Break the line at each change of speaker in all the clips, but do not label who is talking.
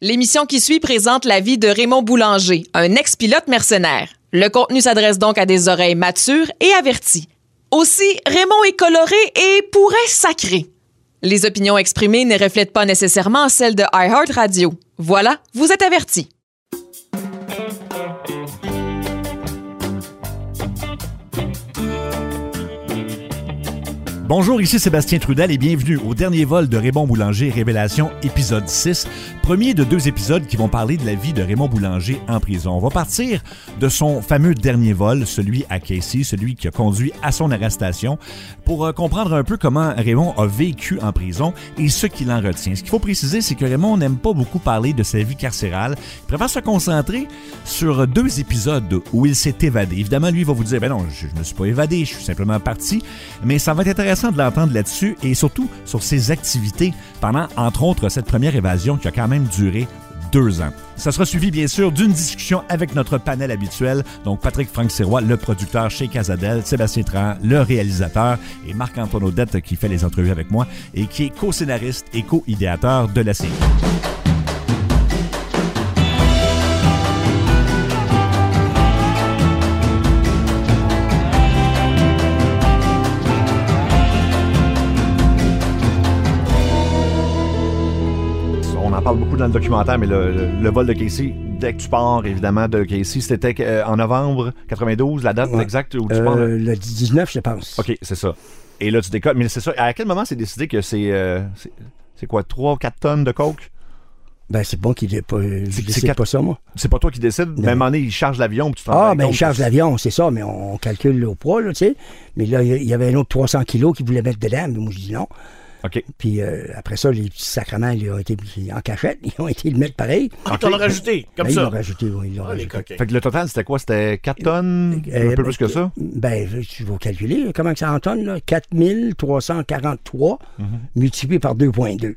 L'émission qui suit présente la vie de Raymond Boulanger, un ex-pilote mercenaire. Le contenu s'adresse donc à des oreilles matures et averties. Aussi, Raymond est coloré et pourrait sacrer. Les opinions exprimées ne reflètent pas nécessairement celles de iHeartRadio. Voilà, vous êtes avertis.
Bonjour, ici Sébastien Trudel et bienvenue au dernier vol de Raymond Boulanger Révélation, épisode 6, premier de deux épisodes qui vont parler de la vie de Raymond Boulanger en prison. On va partir de son fameux dernier vol, celui à Casey, celui qui a conduit à son arrestation, pour euh, comprendre un peu comment Raymond a vécu en prison et ce qu'il en retient. Ce qu'il faut préciser, c'est que Raymond n'aime pas beaucoup parler de sa vie carcérale. Il préfère se concentrer sur deux épisodes où il s'est évadé. Évidemment, lui va vous dire, ben non, je, je me suis pas évadé, je suis simplement parti, mais ça va être intéressant de l'entendre là-dessus et surtout sur ses activités pendant, entre autres, cette première évasion qui a quand même duré deux ans. Ça sera suivi, bien sûr, d'une discussion avec notre panel habituel, donc Patrick Franck Sirois, le producteur chez Casadel, Sébastien Tran, le réalisateur, et Marc-Antoine Audette qui fait les entrevues avec moi et qui est co-scénariste et co-idéateur de la série. on en parle beaucoup dans le documentaire, mais le, le- le vol de Casey, dès que tu pars, évidemment, de Casey, c'était euh, en novembre 92, la date
Ouais.
exacte où tu pars. là?
Euh, le 19, je pense.
OK, c'est ça. Et là, tu décolles. Mais c'est ça. À quel moment c'est décidé que c'est. euh, c'est- c'est quoi, 3-4 tonnes de coke?
Ben, c'est bon qu'il n'ait pas. euh,
C'est-
Je
c'est
décide
quatre-
pas ça, moi.
C'est pas toi qui décides. Même année, il charge l'avion puis tu te rends
Ah,
bien
ben,
compte
il charge
que-
l'avion, c'est ça, mais on, on calcule le poids, là, tu sais. Mais là, il y avait un autre 300 kilos qu'il voulait mettre dedans, mais moi, je dis non.
OK.
Puis euh, après ça, les petits sacrements, ils ont été mis en cachette, ils ont été le mettre pareil.
Ah, t'en as rajouté, comme
Ben, Ils l'ont
ça.
rajouté, oui, ils l'ont
Ah, les
rajouté.
coquins.
Fait que le total, c'était quoi? C'était 4 tonnes?
Euh,
un peu
ben,
plus que ça?
Ben, tu vas calculer là, comment que ça en tonne, là. 4343
Mhm.
multiplié par 2,2.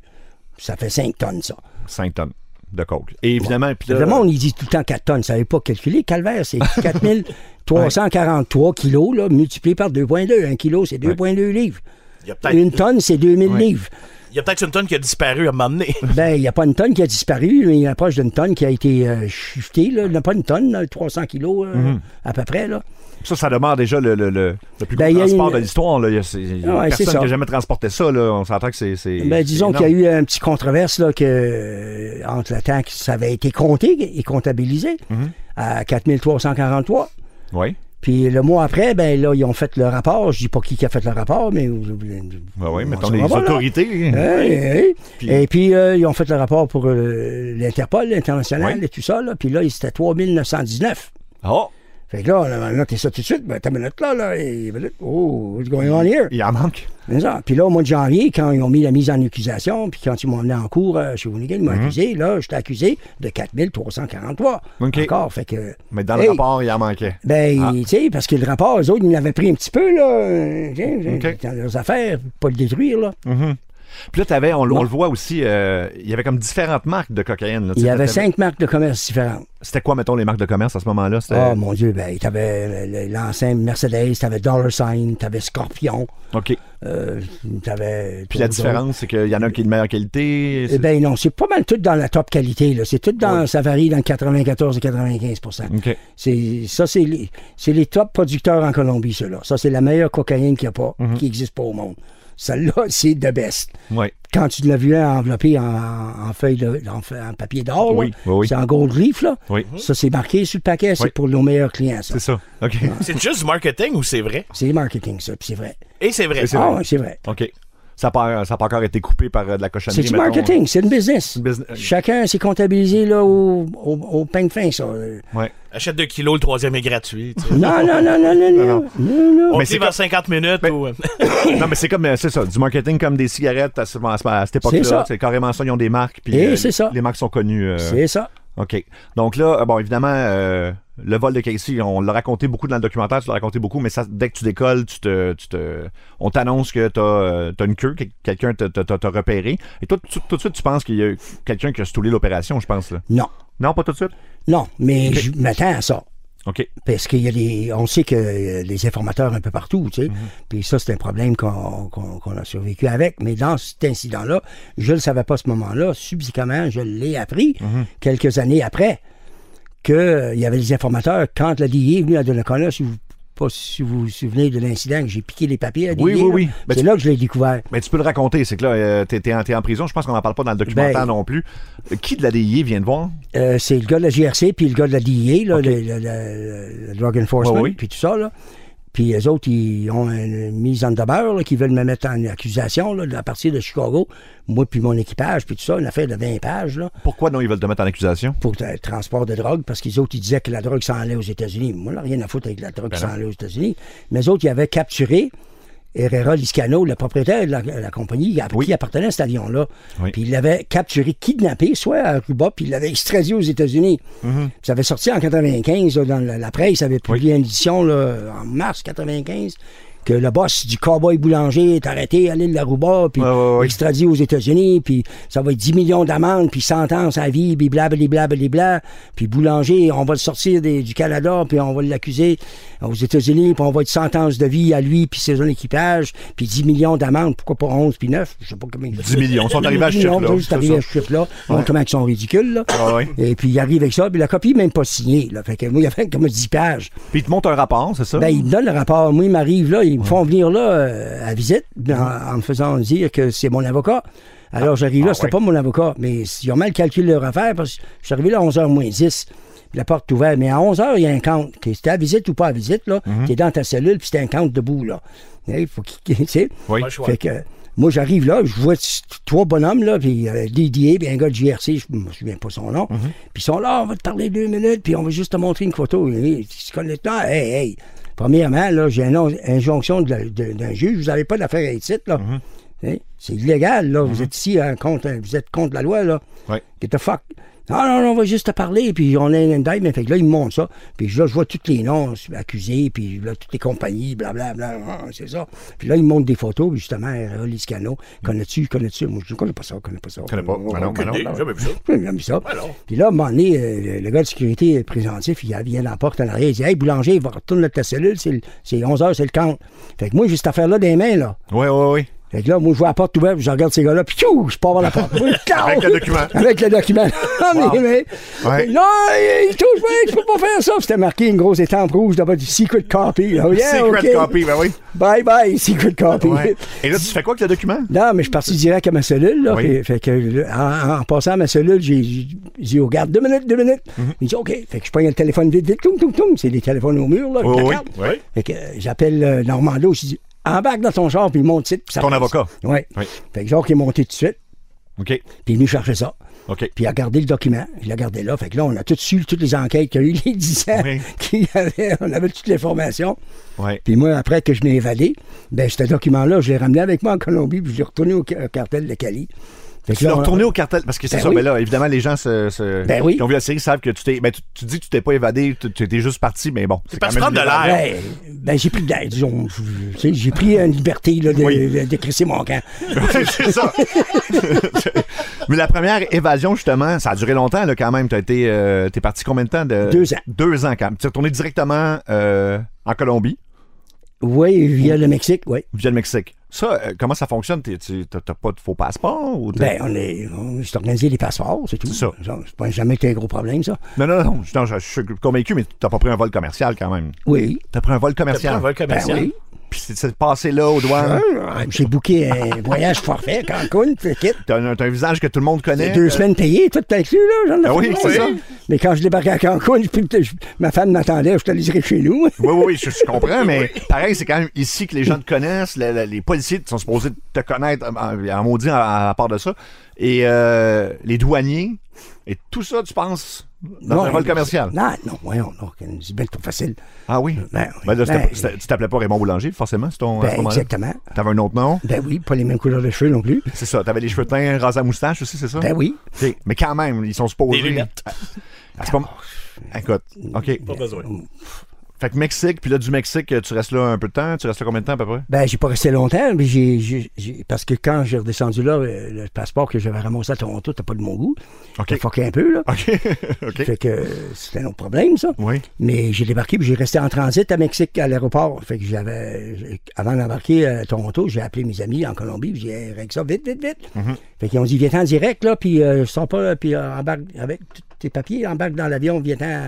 Ça fait 5 tonnes, ça.
5 tonnes de coke. Et évidemment, puis là- euh,
Le monde, il dit tout le temps 4 tonnes. Ça n'avait pas calculé. Calvaire, c'est 4343 kilos, là, multiplié par 2,2. Un kilo, c'est 2,2 livres.
Il y a peut-être
Une tonne, c'est 2000 livivres.
il y a peut-être une tonne qui a disparu à m'emmener.
Ben, il n'y a pas une tonne qui a disparu, mais il approche d'une tonne qui a été euh, shiftée, là. Il n'y a pas une tonne, là, 300 kilos, euh,
Mhm.
à peu près, là.
Ça, ça demande déjà le, le, le, le plus
Ben,
gros
il y a
transport
une-
de l'histoire. là. Il y a, c'est- il y a
Ouais, c'est
personne
ça.
qui n'a jamais transporté ça. Là. On s'entend que c'est. c'est-
Ben,
c'est
disons qu'il y
énorme.
a eu un petit controverse là, que, euh, entre le temps que ça avait été compté et comptabilisé
Mhm.
à 4343.
Oui.
Puis le mois après, ben là, ils ont fait le rapport. Je dis pas qui qui a fait le rapport, mais.
Ben oui,
on
mettons
s'en
les
va pas, là.
autorités.
Hein, hein.
Puis-
Et puis, euh, ils ont fait le rapport pour euh, l'Interpol, l'international et tout ça. Là. Puis là, c'était 3919.
Oh!
Fait que là, on a noté ça tout de suite. Ben, t'as une minute là, là. Et, ben, là, oh, what's going on here?
Il en manque.
C'est ça. Puis là, au mois de janvier, quand ils ont mis la mise en accusation, puis quand ils m'ont emmené en cours euh, chez Winigan, ils
Mhm.
m'ont accusé, là, j'étais accusé de 4343.
OK.
Encore, fait que...
Mais dans le
Hey!
rapport, il en manquait.
Ben,
Ah.
tu sais, parce que le rapport, eux autres, ils l'avaient pris un petit peu, là, euh, tiens, tiens,
OK.
dans leurs affaires, pas le détruire, là.
Puis là, t'avais, on, le- on le voit aussi, euh, il y avait comme différentes marques de cocaïne. là. Tu
Il y
sais,
avait
t'avais-
cinq marques de commerce différentes.
C'était quoi, mettons, les marques de commerce à ce moment-là? C'était-
Oh, mon Dieu, ben, t'avais le- le- l'enseigne Mercedes, t'avais Dollar Sign, t'avais Scorpion,
OK.
euh, t'avais...
Puis la différence, c'est qu'il y en a un qui est de meilleure qualité.
Eh
c'est-
ben non, c'est pas mal tout dans la top qualité, là. C'est tout dans... Ça varie dans 94 et 95
OK.
C'est, ça, c'est les, c'est les top producteurs en Colombie, ceux-là. Ça, c'est la meilleure cocaïne qu'il n'y a pas,
Mm-hmm.
qui n'existe pas au monde. Celle-là, c'est de best.
Oui.
Quand tu l'as vu enveloppé en, en feuille de, en, fe- en papier d'or,
Oui,
là,
oui, oui.
c'est en gold leaf, là.
Oui.
Ça, c'est marqué sur le paquet, c'est
Oui.
pour nos meilleurs clients, ça.
C'est ça. OK.
C'est juste du marketing ou c'est vrai?
C'est marketing, ça, puis c'est vrai.
Et c'est vrai.
Et c'est
ah,
vrai.
oui, c'est vrai.
OK. Ça n'a pas, ça a pas encore été coupé par euh, de la cochonnerie.
C'est du
mettons.
marketing, c'est une business.
Une business- euh,
Chacun s'est comptabilisé là, au, au, au peigne fin, ça. Euh,
Ouais.
Achète 2 kilos, le troisième est gratuit. tu sais.
Non, non, non, non, non, non, non, non.
On
Mais
mais
c'est
livre en 50 minutes.
euh,
ou-
non, mais c'est comme, euh, c'est ça, du marketing comme des cigarettes à, ce- à ce- à cette
C'est
époque-là.
ça.
C'est carrément ça, ils ont des marques. Puis,
Et
euh,
c'est ça.
Les marques sont connues. euh,
C'est ça.
OK. Donc là, euh, bon, évidemment, euh, le vol de Casey, on l'a raconté beaucoup dans le documentaire, tu l'as raconté beaucoup, mais ça, dès que tu décolles, tu te, tu te- on t'annonce que t'as euh, t'as une queue, que quelqu'un t'a- t'a t'a- t'a repéré. Et toi, tout, tout de suite, tu penses qu'il y a quelqu'un qui a stoulé l'opération, je pense. Là.
Non.
Non, pas tout de suite?
Non, mais je m'attends à ça.
OK.
Parce qu'il y a des. On sait que euh, les informateurs un peu partout,
Mhm.
tu sais. Puis ça, c'est un problème qu'on qu'on- qu'on a survécu avec. Mais dans cet incident-là, je ne le savais pas à ce moment-là. Subséquemment, je l'ai appris
Mhm.
quelques années après qu'il y avait des informateurs. Quand la DIA est venue à Donnacona, si vous pas si vous vous souvenez de l'incident que j'ai piqué les papiers à
Oui,
DIA,
oui,
là,
oui. Ben,
c'est
tu-
là que je l'ai découvert.
Mais tu peux le raconter, c'est que là, euh, t'es t'es en, t'es en prison, je pense qu'on n'en parle pas dans le documentaire
Ben-
non plus. Euh, Qui de la DIA vient de voir?
Euh, c'est le gars de la JRC puis le gars de la DIA, là, le, le- le- le Drug Enforcement,
Ouais, oui.
puis tout ça. Là. Puis les autres, ils ont une mise en demeure, là, qui veulent me mettre en accusation là, à partir de Chicago. Moi, puis mon équipage, puis tout ça, une affaire de 20 pages là,
Pourquoi non, ils veulent te mettre en accusation?
pour le transport de drogue, parce qu'ils autres, ils disaient que la drogue s'en allait aux États-Unis. Moi, là, rien à foutre avec la drogue
Ben
qui s'en allait aux États-Unis. Mais les autres, ils avaient capturé Herrera Liscano, le propriétaire de la, la compagnie à
Oui.
qui appartenait à cet avion-là.
Oui.
Puis il l'avait capturé, kidnappé, soit à Cuba, puis il l'avait extradé aux États-Unis.
Mhm.
Ça avait sorti en 95 là, dans la, la presse, avait publié une édition là, en mars 95 que le boss du cowboy boulanger est arrêté à l'île de la Rouba, puis
Ouais, ouais, ouais.
extradé aux États-Unis, puis ça va être 10 millions d'amendes, puis sentence à vie, puis blablabla, blablabla. Puis boulanger, on va le sortir des- du Canada, puis on va l'accuser aux États-Unis, puis on va être sentence de vie à lui, puis ses son équipage, puis 10 millions d'amendes, pourquoi pas 11, puis 9, je sais pas combien.
10 millions, ils sont arrivés à ce
10 millions,
chiffre-là,
ils sont
c'est
arrivés à
ça.
ce chiffre-là. Montre comment ils sont ridicules, là.
Ah ouais.
Et puis il arrive avec ça, puis la copie n'est même pas signée. Là. Fait que moi, il y avait comme 10 pages.
Puis ils te montent un rapport, c'est ça?
Ben, ils me donnent le rapport. Moi, ils m'arrivent là, ils me font venir là euh, à visite en, en me faisant dire que c'est mon avocat. Alors, j'arrive là,
ah
c'était
ouais.
pas mon avocat, mais ils ont mal calculé leur affaire parce que je suis arrivé là à 11h moins 10. puis La porte est ouverte, mais à 11h, il y a un compte. Que si t'es à visite ou pas à visite, là,
Mhm.
t'es dans ta cellule, puis c'est un compte debout, là. Eh, Il faut qu'il. tu sais.
Oui.
Pas le choix.
Fait que, moi, j'arrive là, je vois t- trois bonhommes, là, puis euh, Didier, puis un gars de JRC, je me souviens pas son nom.
Mm-hmm.
Puis ils sont là, on va te parler deux minutes, puis on va juste te montrer une photo. Hey, Tu te connais là? Hey, hey. Premièrement, là, j'ai une on- injonction de la- de- d'un juge, vous n'avez pas d'affaire à être ici, là.
Mm-hmm.
Hein? C'est illégal, là. Vous êtes ici, hein, contre, vous êtes contre la loi, là.
Mhm. Ouais.
Get the fuck. Non, non, non, on va juste te parler, puis on a un indictment. mais fait que là, ils me montrent ça. Puis là, je vois tous les noms accusés, puis là, toutes les compagnies, blablabla, ah, c'est ça. Puis là, ils me montrent des photos, puis justement, euh, les scanos, connais-tu, connais-tu? Moi, je dis, connais pas ça, connais pas ça.
Mm. Connais pas.
Oh,
Ah non,
oh,
ah non. Ben
oh,
J'ai
oh,
jamais vu ça.
j'ai jamais vu ça.
non.
Puis là, à un moment donné, euh, le- le gars de sécurité présentif, il vient dans la porte en arrière, il dit Hey, boulanger, il va retourner à ta cellule, c'est le- c'est 11h, c'est le camp. Fait que moi, j'ai cette affaire-là des mains, là.
Oui, oui, oui.
Fait que là, moi, je vois la porte ouverte, puis je regarde ces gars-là, puis tchou, je pars vers la porte. Avec
le document.
Avec le document. Non, mais, mais-
Ouais.
Non, il il touche pas, je peux pas faire ça. Puis C'était marqué une grosse étampe rouge d'abord du Secret Copy. Oh, yeah,
Secret
ok.
copy, ben oui.
Bye bye, Secret Copy.
Ouais. Et là, tu fais quoi avec le document?
Non, mais je suis parti direct à ma cellule. Là,
Oui.
Fait- fait que, là, en, en passant à ma cellule, j'ai j'ai dit au garde deux minutes, deux minutes.
Mm-hmm.
Il dit OK. Fait que je prends le téléphone vite, vite, toum, toum, toum. C'est des téléphones au mur. Là,
Oui,
avec la
oui,
carte.
oui.
Fait que euh, j'appelle euh, Normando, je dis embarque dans ton char, puis monte titre. puis ça
Ton
passe.
avocat.
Ouais.
Oui.
Fait que Jacques est monté tout de suite,
OK.
puis il est venu chercher ça.
OK.
Puis il a gardé le document, il l'a gardé là. Fait que là, on a tout su toutes les enquêtes qu'il y a eu, les 10 ans
Oui.
qu'il y avait, on avait toutes les formations.
Ouais.
Puis moi, après que je l'ai évadé, ben, ce document-là, je l'ai ramené avec moi en Colombie, puis je l'ai retourné au ca- au cartel de Cali. Fait que
Tu
là,
l'as
on-
retourné au cartel, parce que c'est
Ben
ça,
oui.
ben là, évidemment, les gens se, se-
Ben oui.
qui ont vu la série savent que tu t'es. Ben, tu, tu dis que tu t'es pas évadé, tu tu étais juste parti, mais bon.
parce
quand même
prendre de
bizarre.
l'air.
Ouais, ben, j'ai pris de l'aide, disons. Je- je- tu sais, J'ai pris une liberté là, de,
Oui.
de- de crisser mon camp.
Ouais, c'est ça. mais la première évasion, justement, ça a duré longtemps, là, quand même. T'as été. euh, t'es parti combien de temps de.
Deux ans.
Deux ans, quand même. Tu es retourné directement euh, en Colombie,
Oui, via le Mexique, oui.
via le Mexique. Ça, euh, comment ça fonctionne? T'es- tu- T'as t'as pas de faux passeport? Ou t'as-
Ben, on est, on s'est organisé les passeports, c'est tout.
C'est ça.
C'est pas jamais été un gros problème, ça.
Non, non, non, je, non, je- je suis convaincu, mais t'as pas pris un vol commercial quand même.
Oui.
T'as pris un vol
T'as pris
commercial.
un vol
Ben
commercial.
oui.
Puis c'est- c'est passé là aux douanes.
J'ai booké un voyage forfait, Cancun, tout le kit.
T'as un, t'as un visage que tout le monde connaît. Euh,
Deux semaines payées, tout inclus, là. J'en ai
Ah oui,
fait,
c'est ça.
là. Mais quand je débarquais à Cancun, je- je- je- ma femme m'attendait, je te liserais chez nous.
Oui, oui, oui, je, je comprends, mais pareil, c'est quand même ici que les gens te connaissent, le- le- les policiers sont supposés te connaître, en, en maudit, à, à part de ça, et euh, les douaniers, et tout ça, tu penses, dans un vol
mais-
commercial.
Non, non, voyons, non, que ben, c'est bien trop facile.
Ah oui?
Ben oui.
Ben là, c'était-
Ben-
c'était- tu t'appelais pas Raymond Boulanger, forcément, c'est ton, à ce
Ben,
moment-là.
exactement.
T'avais un autre nom,
Ben oui, pas les mêmes couleurs de cheveux non plus.
c'est ça. T'avais les cheveux teints, rasés à moustache aussi, c'est ça?
Ben oui.
OK. Mais quand même, ils sont supposés. Ah,
Des lunettes.
À ce moment- Écoute, OK.
Pas besoin.
Fait que Mexique, puis là, du Mexique, tu restes là un peu de temps. Tu restes là combien de temps à peu près?
Ben, j'ai pas resté longtemps, mais j'ai, j'ai- j'ai- parce que quand j'ai redescendu là, euh, le passeport que j'avais ramassé à Toronto, t'as pas de mon goût.
OK.
J'ai fucké un peu, là.
OK. OK.
Fait que euh, c'était un autre problème, ça.
Oui.
Mais j'ai débarqué, puis j'ai resté en transit à Mexique, à l'aéroport. Fait que j'avais, j'ai- avant d'embarquer à Toronto, j'ai appelé mes amis en Colombie, puis j'ai dit, Hey, règle ça vite, vite, vite.
Mm-hmm.
Fait qu'ils ont dit, viens-t'en direct, là, puis euh, sors pas, là, puis euh, embarque avec tous tes papiers, embarque dans l'avion, viens-t'en à,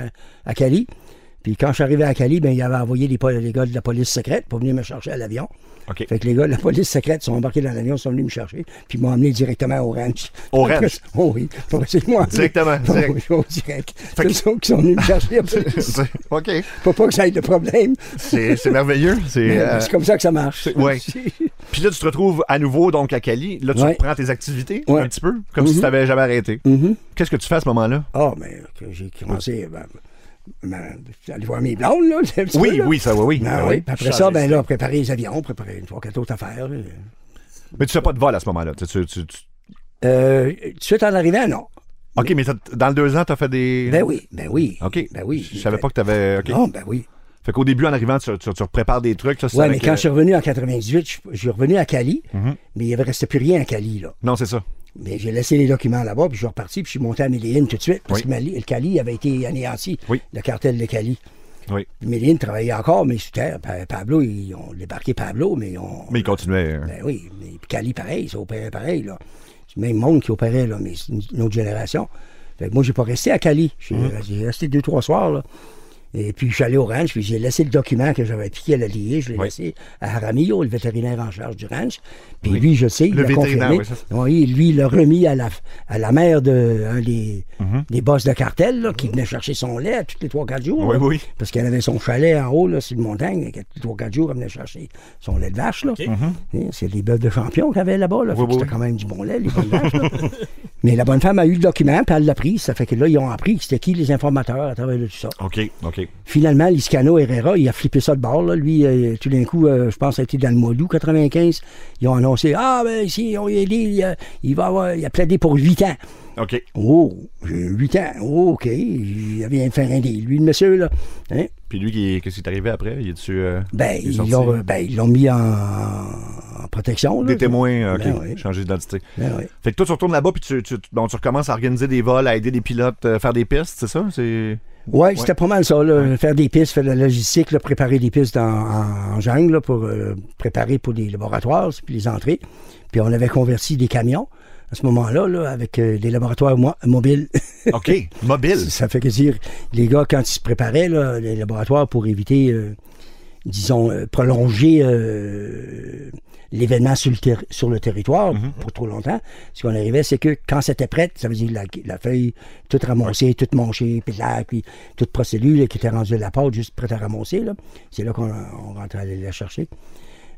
à Cali. Puis quand je suis arrivé à Cali, ben, ils avaient envoyé les, pol- les gars de la police secrète pour venir me chercher à l'avion.
OK.
Fait que les gars de la police secrète sont embarqués dans l'avion, sont venus me chercher, puis ils m'ont emmené directement au ranch.
Au ranch?
Oh oui, pour essayer de moi.
Directement, direct.
Au direct.
Fait que-
Tous ceux qui sont venus me chercher.
C'est- OK.
Faut pas que ça ait de problème.
C'est c'est merveilleux. C'est. euh,
C'est comme ça que ça marche.
ouais. Puis là, tu te retrouves à nouveau donc à Cali. Là, tu
Ouais.
reprends tes activités
Ouais.
un petit peu, comme si
Mhm.
tu t'avais jamais arrêté.
Mhm.
Qu'est-ce que tu fais à ce moment-là?
Ah, mais que j'ai commencé. Ben, ben, aller voir mes blondes, là. un petit peu, là.
ça, oui, oui.
Ben
Ah
oui.
oui.
Puis après ça, ben là, préparer les avions, préparer une fois, quatre autres affaires. là.
Mais tu fais pas de vol à ce moment-là. Tu- tu- tu- tu-
Euh, tout de suite en arrivant, non.
OK, mais t'as- dans le deux ans, tu as fait des.
Ben oui, ben oui.
OK.
Ben oui.
Je savais pas que tu avais. OK.
Non, ben oui.
Fait qu'au début, en arrivant, tu, tu, tu prépares des trucs. Ça, c'est
Ouais, mais
avec, Mm-hmm.
quand
euh,
je suis revenu en 98, je, je suis revenu à Cali, mais il ne restait plus rien à Cali, là.
Non, c'est ça.
Mais j'ai laissé les documents là-bas, puis je suis reparti, puis je suis monté à Medellin tout de suite, parce
Oui.
que Mali- le Cali avait été anéanti,
Oui.
le cartel de Cali.
Oui.
Puis Medellin travaillait encore, mais sous terre. Pa- Pablo, ils ont débarqué Pablo, mais on.
Mais il continuait. euh,
Ben oui, mais puis Cali, pareil, ça opérait pareil, là. C'est le même monde qui opérait, là, mais c'est une une autre génération. Fait que moi, j'ai pas resté à Cali. J'ai
Hum.
j'ai resté deux, trois soirs, là. Et puis, je suis allé au ranch, puis j'ai laissé le document que j'avais piqué à l'allié, je l'ai
Oui.
laissé à Jaramillo, le vétérinaire en charge du ranch. Puis lui, je sais, il
Le
l'a
vétérinaire,
confirmé.
oui, ça, c'est-
Oui, lui, il l'a remis à la, à la mère de, un des,
Mhm.
des boss de cartel, là, qui venait chercher son lait à tous les trois, quatre jours.
Oui,
là.
oui.
Parce qu'elle avait son chalet en haut, là, sur une montagne, et qu'à tous les trois, quatre jours, elle venait chercher son lait de vache, là. Hein, C'est des bœufs de champion qu'il y avait là-bas, là. Fait
Mhm. Oui,
que
oui,
c'était
oui.
quand même du bon lait, les bonnes vaches, là. Mais la bonne femme a eu le document, puis elle l'a pris. Ça fait que là, ils ont appris que c'était qui les informateurs à travers de tout ça.
OK, OK.
Finalement, Liscano Herrera, il a flippé ça de bord. Là. Lui, euh, tout d'un coup, euh, je pense, ça a été dans le mois d'août 95. Ils ont annoncé Ah, ben, si, on y est, il, euh, il va avoir, il a plaidé pour 8 ans.
OK.
Oh, j'ai 8 ans. Oh, OK. Il vient de faire un deal. Lui, le monsieur, là. Hein?
Puis lui, qui- qu'est-ce qui est arrivé après? Il est dessus.
Ben, ils l'ont euh, ben, ils l'ont mis en, en protection. là.
Des témoins, OK.
Ben oui.
Changer d'identité.
Ben oui.
Fait que toi, tu retournes là-bas, puis tu, tu, bon, tu recommences à organiser des vols, à aider des pilotes, euh, faire des pistes, c'est ça? C'est.
Ouais, c'était pas mal ça, là. faire des pistes, faire de la logistique, là, préparer des pistes en, en- en jungle là, pour euh, préparer pour des laboratoires, puis les entrées. Puis on avait converti des camions à ce moment-là là, avec euh, des laboratoires mo- mobiles.
OK. Mobile.
ça fait que dire, les gars, quand ils se préparaient, là, les laboratoires pour éviter, euh, disons, euh, prolonger euh, l'événement sur le, ter- sur le territoire pour trop longtemps, ce qu'on arrivait, c'est que quand c'était prêt, ça veut dire la, la feuille toute ramassée, toute manchée, puis là, puis toute procédure là, qui était rendue de la pâte, juste prête à ramasser, là, c'est là qu'on on rentrait aller la chercher.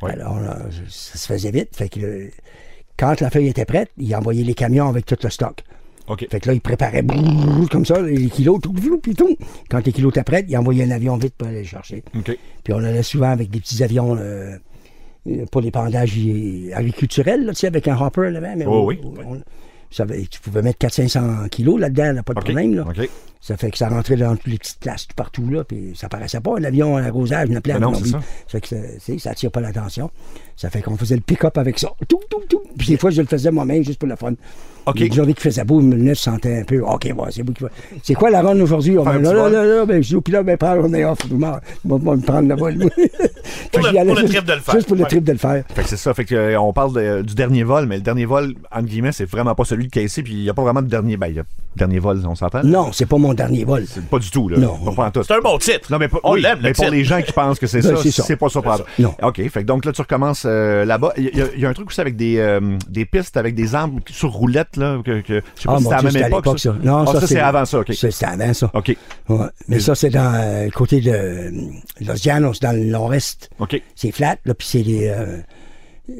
Ouais.
Alors, là, ça se faisait vite. Fait que euh, quand la feuille était prête, ils envoyaient les camions avec tout le stock.
OK.
Fait que là, il préparait brrr, comme ça, les kilos, tout, tout, puis tout. Quand les kilos étaient prêts, il envoyait un avion vite pour aller les chercher.
OK.
Puis on allait souvent avec des petits avions euh, euh, pour l'épandage y- agriculturel, là, tu sais, avec un hopper là-bas. Mais
Oh oui.
on- ça avait- tu pouvais mettre 400-500 kilos là-dedans, là, pas de
OK.
problème. Là.
OK.
Ça fait que ça rentrait dans toutes les petites places tout partout, là, puis ça paraissait pas un avion à arrosage, une
Ben
plante.
non, c'est ça.
fait que ça, tu sais, ça attire pas l'attention. Ça fait qu'on faisait le pick-up avec ça. Tout, tout, tout. Puis des fois, je le faisais moi-même juste pour le fun.
OK.
Les journées qui faisait beau, le neuf sentait un peu. OK, bon, c'est vous qui va- C'est quoi la ronde aujourd'hui? On
Faire
va
un
là,
petit
là,
vol.
là, là, ben, je dis au pilote, ben, prends, on est off, je m'en- moi, moi, me prendre le vol. moi. Puis
Pour le-
j'y allais
pour le
juste-
trip de le faire.
Juste pour le
Ouais.
trip de le faire.
Fait que c'est ça. Fait que, euh, on parle de- du dernier vol, mais le dernier vol, entre guillemets, c'est vraiment pas celui de Casey, puis il n'y a pas vraiment de dernier. Ben, il y a dernier vol, on s'entend?
Non, c'est pas mon dernier vol.
Pas du tout, là.
Non.
Pas, pas en tout.
C'est un bon titre.
Non, mais, pour,
On
oui,
l'aime, le
mais pour
titre.
les gens qui pensent que c'est
Ben,
ça,
c'est ça.
c'est pas ça. pardon.
Non.
OK. Fait que donc là, tu recommences euh, là-bas. Il y, a- il y a un truc aussi avec des, euh, des pistes, avec des arbres sur roulettes, là. Que, que- je sais pas
Ah,
si
mon
c'était à
Dieu,
la même
c'était à
époque.
l'époque, ça. Non,
Ah,
ça,
c'est
c'est-
avant ça. OK.
C'est C'était avant ça.
OK.
Ouais. Mais ça, c'est dans euh, le côté de euh, Los Llanos, dans le nord-est.
OK.
C'est flat, là, puis c'est des, euh,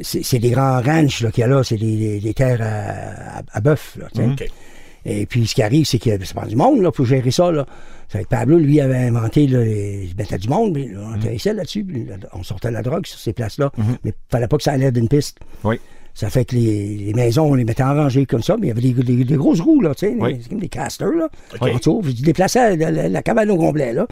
c'est c'est des grands ranchs là, qu'il y a là, c'est des, des- des terres à, à- à bœuf. là, tu sais. Et puis ce qui arrive, c'est que c'est pas du monde là, pour gérer ça. Là. Fait que Pablo, lui, avait inventé, là, les- il mettait du monde, mais on atterrissait là-dessus, puis la- on sortait la drogue sur ces places-là. Mais fallait pas que ça allait d'une piste.
Oui.
Ça fait que les, les maisons, on les mettait en rangée comme ça, mais il y avait des, des- des grosses roues, là, tu sais,
Oui.
des- c'est comme des casters, là.
OK.
En dessous, puis tu déplaçais la, la- la cabane au complet, là.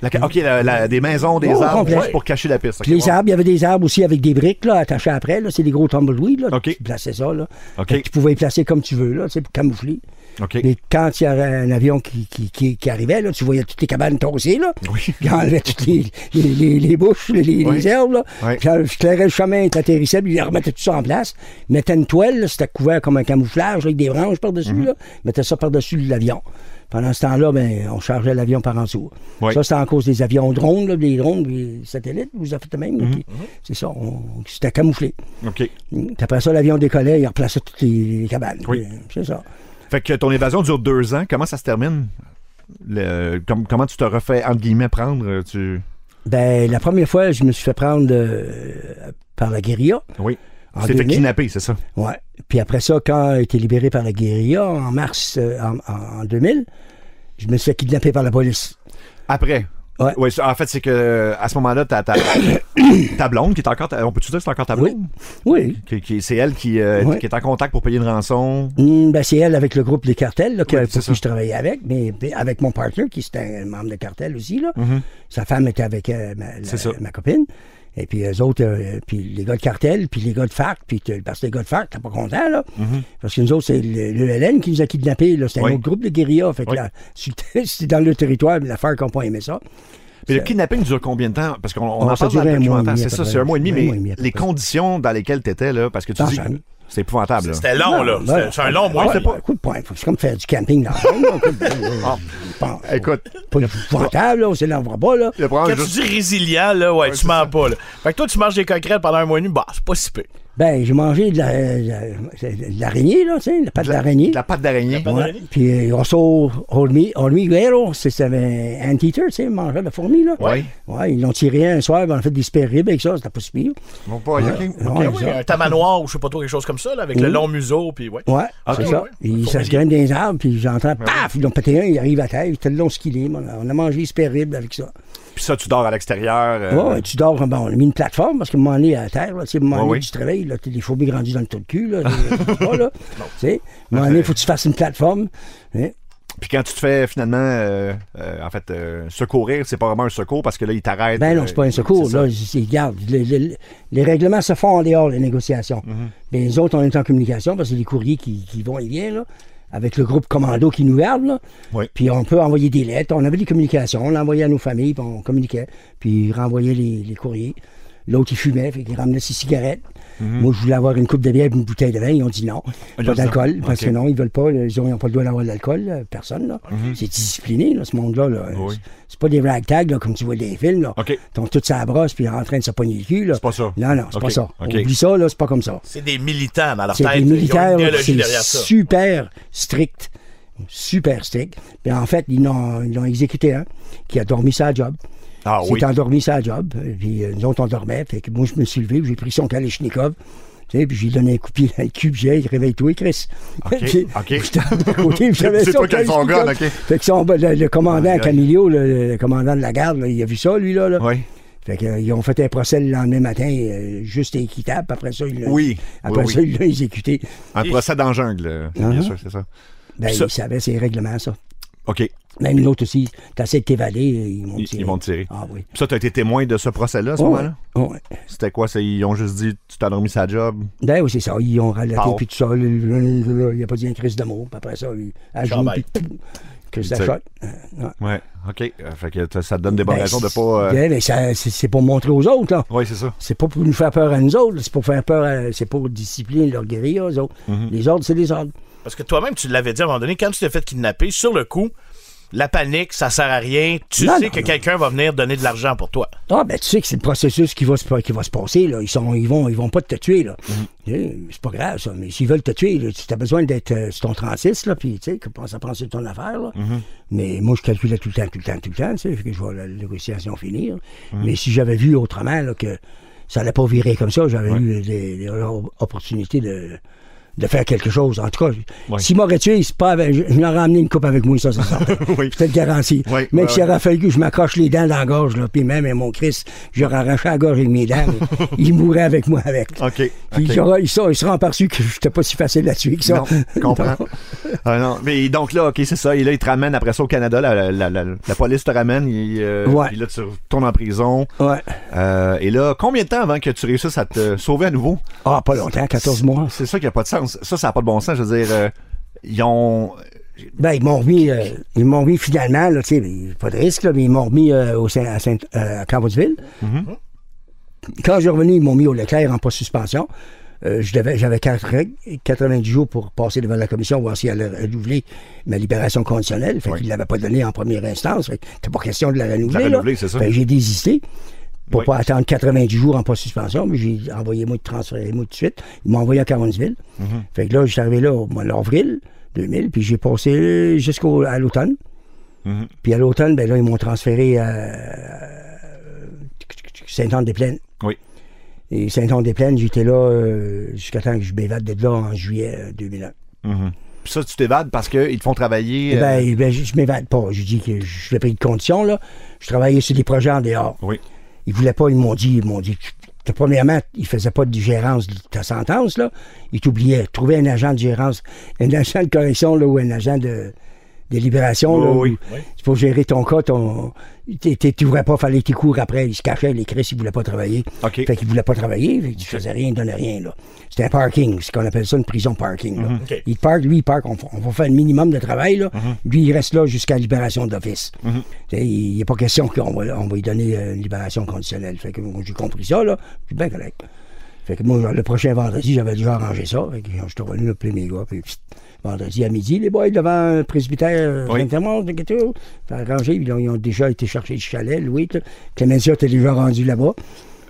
La ca- OK, la- la- des maisons, des
Oh,
arbres
complet.
juste pour cacher la piste. OK,
Puis les
ouais.
arbres, il y avait des arbres aussi avec des briques là, attachées après. là. C'est des gros tumbleweeds. Là.
OK.
Tu plaçais ça. Là.
OK.
Fait que Tu pouvais les placer comme tu veux là, tu sais, pour camoufler.
OK.
Mais quand il y avait un avion qui, qui, qui, qui arrivait, là, tu voyais toutes les cabanes tossées. Là. Il enlevait toutes les, les, les, les bouches, les, les-
Oui.
les herbes. Là.
Oui.
Puis il éclairait le chemin, il t'atterrissait, puis il remettait tout ça en place. Il mettait une toile, là, c'était couvert comme un camouflage, là, avec des branches par-dessus. là. Il mettait ça par-dessus l'avion. Pendant ce temps-là, ben, on chargeait l'avion par en dessous.
Oui.
Ça, c'était en cause des avions drones, là, des drones, des satellites, vous avez fait de même. là, qui- C'est ça, on- c'était camouflé. Mhm.
OK.
Puis après ça, l'avion décollait, il replaçait toutes les, les cabanes.
Oui.
Puis, C'est ça.
Fait que ton évasion dure deux ans. Comment ça se termine? Le- com- comment tu te refais, entre guillemets, prendre? euh, Tu...
Ben, la première fois, je me suis fait prendre euh, par la guérilla.
Oui.
En
Tu t'es fait
2000.
kidnapper, c'est ça?
Ouais. Puis après ça, quand j'ai été libéré par la guérilla, en mars euh, en, en- en 2000, je me suis fait kidnapper par la police.
Après?
Ouais.
Ouais, c'est- en fait, c'est que euh, à ce moment-là, t'as ta, ta blonde qui est encore. ta- on peut-tu dire que c'est encore ta
Oui.
blonde?
Oui.
Qui- qui- c'est elle qui, euh,
Ouais.
qui est en contact pour payer une rançon.
Hum, ben, c'est elle avec le groupe des cartels là, que,
Oui, c'est
pour
ça.
qui je travaillais avec, mais mais avec mon partner qui était un membre de cartel aussi. Là. Sa femme était avec euh, ma, la-
Mm-hmm. C'est ça.
ma copine. Et puis eux autres, euh, puis les gars de cartel, puis les gars de FARC, puis t- parce que les gars de FARC, t'es pas content, là. Parce que nous autres, c'est le, le LN qui nous a kidnappés, là. C'était
Mm-hmm. Oui.
un autre groupe de guérilla. Fait que
Oui.
là, si t'es- si t'es dans le territoire, mais la FARC n'a pas aimé ça.
Mais le kidnapping dure combien de temps? Parce qu'on on
Ah,
en
ça
parle dans le
durait un mois et
documentaire.
demi à
C'est
peu
ça,
près.
c'est un mois et demi,
Un
mais
mois et demi à peu
les
près.
conditions dans lesquelles t'étais, là, parce que tu
Dans
dis,
la jungle.
c'est épouvantable. là.
C'était long, là.
Non,
C'était- C'est un long mois.
Ouais, c'est pas- écoute, point. C'est comme faire du camping dans le monde, là. Écoute, euh, bon,
Ah, Écoute,
Pas épouvantable, là. On s'énervera pas, là.
le
Quand
problème,
tu
juste-
dis résilient, là, ouais, tu mens pas. Là. Fait que toi, tu manges des coquerettes pendant un mois et demi, bah, c'est pas si peu.
Ben, j'ai mangé de la- de l'araignée, là, tu sais, la pâte d'araignée.
de la patte d'araignée.
patte-
Ouais. Puis euh, Rosso Olmi- Olmiguero, c'est- c'était un anteater, tu sais, mangeur de fourmis, là.
Ouais.
Ouais, ils l'ont tiré un soir, ils ont fait des spare ribs avec ça, c'était pas si pire.
Bon, pas-
Ouais.
ok, ok.
Ouais,
Oui,
ça.
un tamanoir ou je sais pas trop, quelque chose comme ça, là, avec le
Oui.
long museau, puis ouais.
Ouais,
Ok,
c'est ça.
ouais.
Ils- ça se
Fourmis.
grimpe dans les arbres, puis j'entends, paf, ils l'ont pété un, ils arrivent à terre, ils te l'ont skillé. On a, on a mangé des spare ribs avec ça.
Puis ça, tu dors à l'extérieur. euh,
Ouais, ouais, tu dors, ben, on a mis une plateforme parce que moment donné à terre, là, tu sais, moment
Ouais,
donné,
oui.
tu te réveilles, là, t'as des fourmis grandies dans le trou de cul, là, tu sais, là, tu sais, moment donné, faut que tu fasses une plateforme, hein.
Puis quand tu te fais finalement, euh, euh, en fait, euh, secourir, c'est pas vraiment un secours parce que là, ils t'arrêtent.
Ben non,
euh,
c'est pas un secours.
c'est ça.
Là, c'est- c'est- regarde, le- le- les règlements se font en dehors des négociations.
Mm-hmm.
Ben, les autres, on est en communication parce que c'est les courriers qui, qui vont et viennent, là, avec le groupe commando qui nous garde. Là.
Oui.
Puis on peut envoyer des lettres. On avait des communications. On l'envoyait à nos familles, puis on communiquait. Puis ils renvoyaient les, les courriers. L'autre, il fumait, fait qu'il ramenait ses cigarettes. Moi, je voulais avoir une coupe de bière et une bouteille de vin. Ils ont dit
Mhm.
non.
Ah, ont
Pas
dit
d'alcool,
non.
parce
Ok.
que non, ils veulent pas. Ils n'ont pas le droit d'avoir de l'alcool, là, personne. là. C'est discipliné, là, ce monde-là. là.
Mhm. Oui.
C'est- C'est pas des ragtags, là, comme tu vois dans les films. Là.
OK.
Ils ont toute sa brosse puis en train de se pogner le cul. là.
C'est pas ça.
Non, non, c'est
OK,
pas ça.
OK.
Oublie ça, là, c'est pas comme ça.
C'est des militants dans leur
C'est
tête.
des
là. Ils ont
militaires,
une
là,
idéologie
c'est
derrière ça.
super strict. Super strict. Puis en fait, ils l'ont ils l'ont exécuté un qui a dormi sa job.
Ah
Il
oui.
s'est endormi sa job. euh, Puis euh, nous autres, on dormait. Fait que moi, je me suis levé, puis j'ai pris son Kalachnikov. Tu sais, puis j'ai donné un coup de pied dans le cul, puis j'ai dit, réveille-toi, Chris. Puis,
OK.
J'étais à côté, puis j'avais
C'est
son
toi qui as son
Kalachnikov.
gun, OK.
Fait que son- le, le commandant
Ouais,
Camilio, le, le commandant de la garde, là, il a vu ça, lui, là. là.
Oui.
Fait que, euh, ils ont fait un procès le lendemain matin, euh, juste et équitable. Après ça, ils l'ont
Oui,
après
oui,
ça,
oui.
ils l'ont exécuté.
Un
Et-
procès dans la jungle, euh, bien
Mhm.
sûr, c'est ça.
Ben,
Ça-
ils savaient ses règlements, ça.
OK.
Même l'autre aussi, t'essaies de t'évader, ils vont
Ils-
te tirer.
ils vont te tirer.
Ah oui.
Ça, t'as été témoin de ce procès-là, à ce
Oh, Ouais,
moment-là?
ouais.
C'était quoi? C'est, ils ont juste dit, tu t'es endormi sa job.
Ben oui, c'est ça. Ils ont relaté,
Pau.
puis tout ça. le- le- le- le- Il n'y a pas dit un crise d'amour. Puis après ça, il a joué,
Chambay.
puis que ça
Il tire.
choque. Euh, ouais.
Ouais. OK. Euh, Fait que t- ça te donne des bonnes
Ben,
raisons de
c'est-
pas. euh,
ben, ben, ça- c'est c'est pour montrer aux autres, là.
Oui, c'est ça.
C'est pas pour nous faire peur à nous autres, là. c'est pour faire peur, à- c'est pour discipliner leur guérilla, eux autres.
Mm-hmm.
Les ordres, c'est les ordres.
Parce que toi-même, tu l'avais dit à un moment donné, quand tu t'es fait kidnapper, sur le coup, la panique, ça sert à rien. Tu
Non,
sais
non,
que
non.
quelqu'un va venir donner de l'argent pour toi.
Ah, ben, tu sais que c'est le processus qui va se, qui va se passer, là. Ils, sont, ils, vont, ils vont pas te tuer, là. Eh, C'est pas grave, ça. Mais s'ils veulent te tuer, là, tu as besoin d'être euh, sur ton 36, là, puis, tu sais, que ça prend sur ton affaire, là. Mais moi, je calculais tout le temps, tout le temps, tout le temps, tu sais, fait que je vois la négociation finir. Mais si j'avais vu autrement, là, que ça allait pas virer comme ça, j'avais eu des, des opportunités de de faire quelque chose. En tout cas,
Oui.
s'il m'aurait tué, c'est pas avec- je, je l'aurais amené une coupe avec moi, ça, c'est certain.
Oui.
Je te le garantis.
Oui,
Même
oui,
s'il
oui.
aurait fallu que je m'accroche les dents dans la gorge, là, puis même, et mon Christ, j'aurais arraché la gorge avec mes dents, mais il mourrait avec moi avec.
OK.
Puis
OK.
il, aura- il sera, il sera aperçu que j'étais pas si facile à tuer que ça.
Non, comprends. Ah non, mais donc là, OK, c'est ça. Et là, ils te ramènent après ça au Canada. La, la- la- la police te ramène. il, euh,
Ouais.
Puis là, tu retournes en prison.
Ouais.
Euh, et là, combien de temps avant que tu réussisses à te sauver à nouveau?
Ah, pas longtemps, 14 mois.
C'est ça qui n'a pas de sens. Ça, ça n'a pas de bon sens. Je veux dire, euh, ils ont.
Ben, ils m'ont remis, euh, ils m'ont remis finalement, là, tu sais, mais pas de risque, là, mais ils m'ont remis euh, au Saint- à, Saint, euh, à Campbellsville.
Mm-hmm.
Quand je suis revenu, ils m'ont mis au Leclerc en pas suspension. Euh, je devais- J'avais quatre règles, 90 jours pour passer devant la commission, voir si elle allait renouveler ma libération conditionnelle. Fait
Oui.
qu'ils ne l'avaient pas donnée en première instance. Fait que c'était pas question de la renouveler. là. ben
renouveler, c'est ça.
Fait que j'ai désisté pour
Oui.
pas attendre 90 jours en pas suspension, mais j'ai envoyé moi de transférer moi tout de suite. Ils m'ont envoyé à Caronsville.
Mhm.
Fait que là, je suis arrivé là au mois d'avril 2000, puis j'ai passé jusqu'au à l'automne.
Mhm.
Puis à l'automne, ben là, ils m'ont transféré à Saint-Anne-des-Plaines.
Oui.
Et Saint-Anne-des-Plaines, j'étais là euh, jusqu'à temps que je m'évade d'être là en juillet euh, 2001.
Mhm. Puis ça, tu t'évades parce qu'ils te font travailler. euh,
Ben, ben, je, je m'évade pas. Je dis que je suis pris de condition, là. Je travaillais sur des projets en dehors.
Oui.
Ils voulaient pas, ils m'ont dit, ils m'ont dit, tu- tu- premièrement, ils faisaient pas de gérance de ta sentence, là. Ils t'oubliaient. Trouver un agent de gérance, un agent de correction, là, ou un agent de, de libération,
Oui,
là.
Oh oui,
où c'est Pour gérer ton cas, ton. t'es- t'es- Tu voulais pas fallait tes cours après. Ils se cachaient, les Chris, ils voulaient pas travailler.
OK.
Fait qu'ils voulaient pas travailler, fait qu'ils faisaient rien, ils donnaient rien, là. C'était un parking, ce qu'on appelle ça une prison parking, là.
OK.
Il parque, lui, il parque. On, f- on va faire le minimum de travail. Là. Lui, il reste là jusqu'à libération d'office. Tu sais, Il n'est pas question qu'on va, on va lui donner euh, une libération conditionnelle. Fait que moi, j'ai compris ça, là. Je suis bien correct. Fait que moi, le prochain vendredi, j'avais déjà arrangé ça. Fait que j'étais revenu, là, plein mes gars. Puis, pfft, vendredi à midi, les boys devant le presbytère euh,
Oui.
Saint-Amand, arrangé. Ils ont, ils ont déjà été chercher le chalet, Louis. tout. Clémentia était déjà rendu là-bas.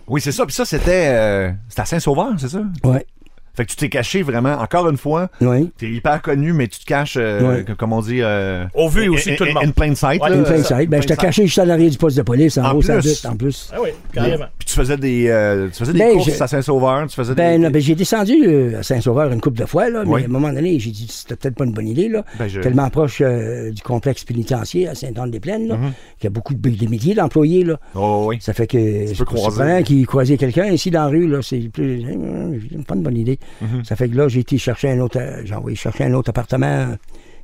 Oui, c'est ça. Puis ça, c'était. euh, c'était à Saint-Sauveur, c'est ça?
Ouais.
Fait que tu t'es caché vraiment, encore une fois.
Oui.
T'es hyper connu, mais tu te caches, euh,
Oui.
que- comme on dit. euh,
Au vu et
in-
aussi de tout le
in-
monde.
In plain sight.
Ouais,
là.
Une fin de
Ça,
semaine. Ben,
plain
j'étais
sight.
caché juste à l'arrière du poste de police, en,
En
gros, ça
plus.
doute, en plus.
Ah oui, carrément.
Puis tu faisais des, euh, tu faisais
Ben,
des courses
je-
à Saint-Sauveur, tu faisais
Ben,
des.
non, ben, j'ai descendu euh, à Saint-Sauveur une couple de fois, là,
Oui.
mais à un moment donné, j'ai dit c'était peut-être pas une bonne idée. Là,
Ben, je-
Tellement proche euh, du complexe pénitentiaire à Sainte-Anne-des-Plaines, là,
Mhm.
qu'il y a beaucoup de, des métiers d'employés. Là.
Oh, oui.
Ça fait que
peux
c'est
croiser.
surprenant qu'il croisait quelqu'un ici dans la rue. là, C'est plus, euh, pas une bonne idée.
Mhm.
Ça fait que là, j'ai été chercher un autre, euh, j'ai envoyé chercher un autre appartement,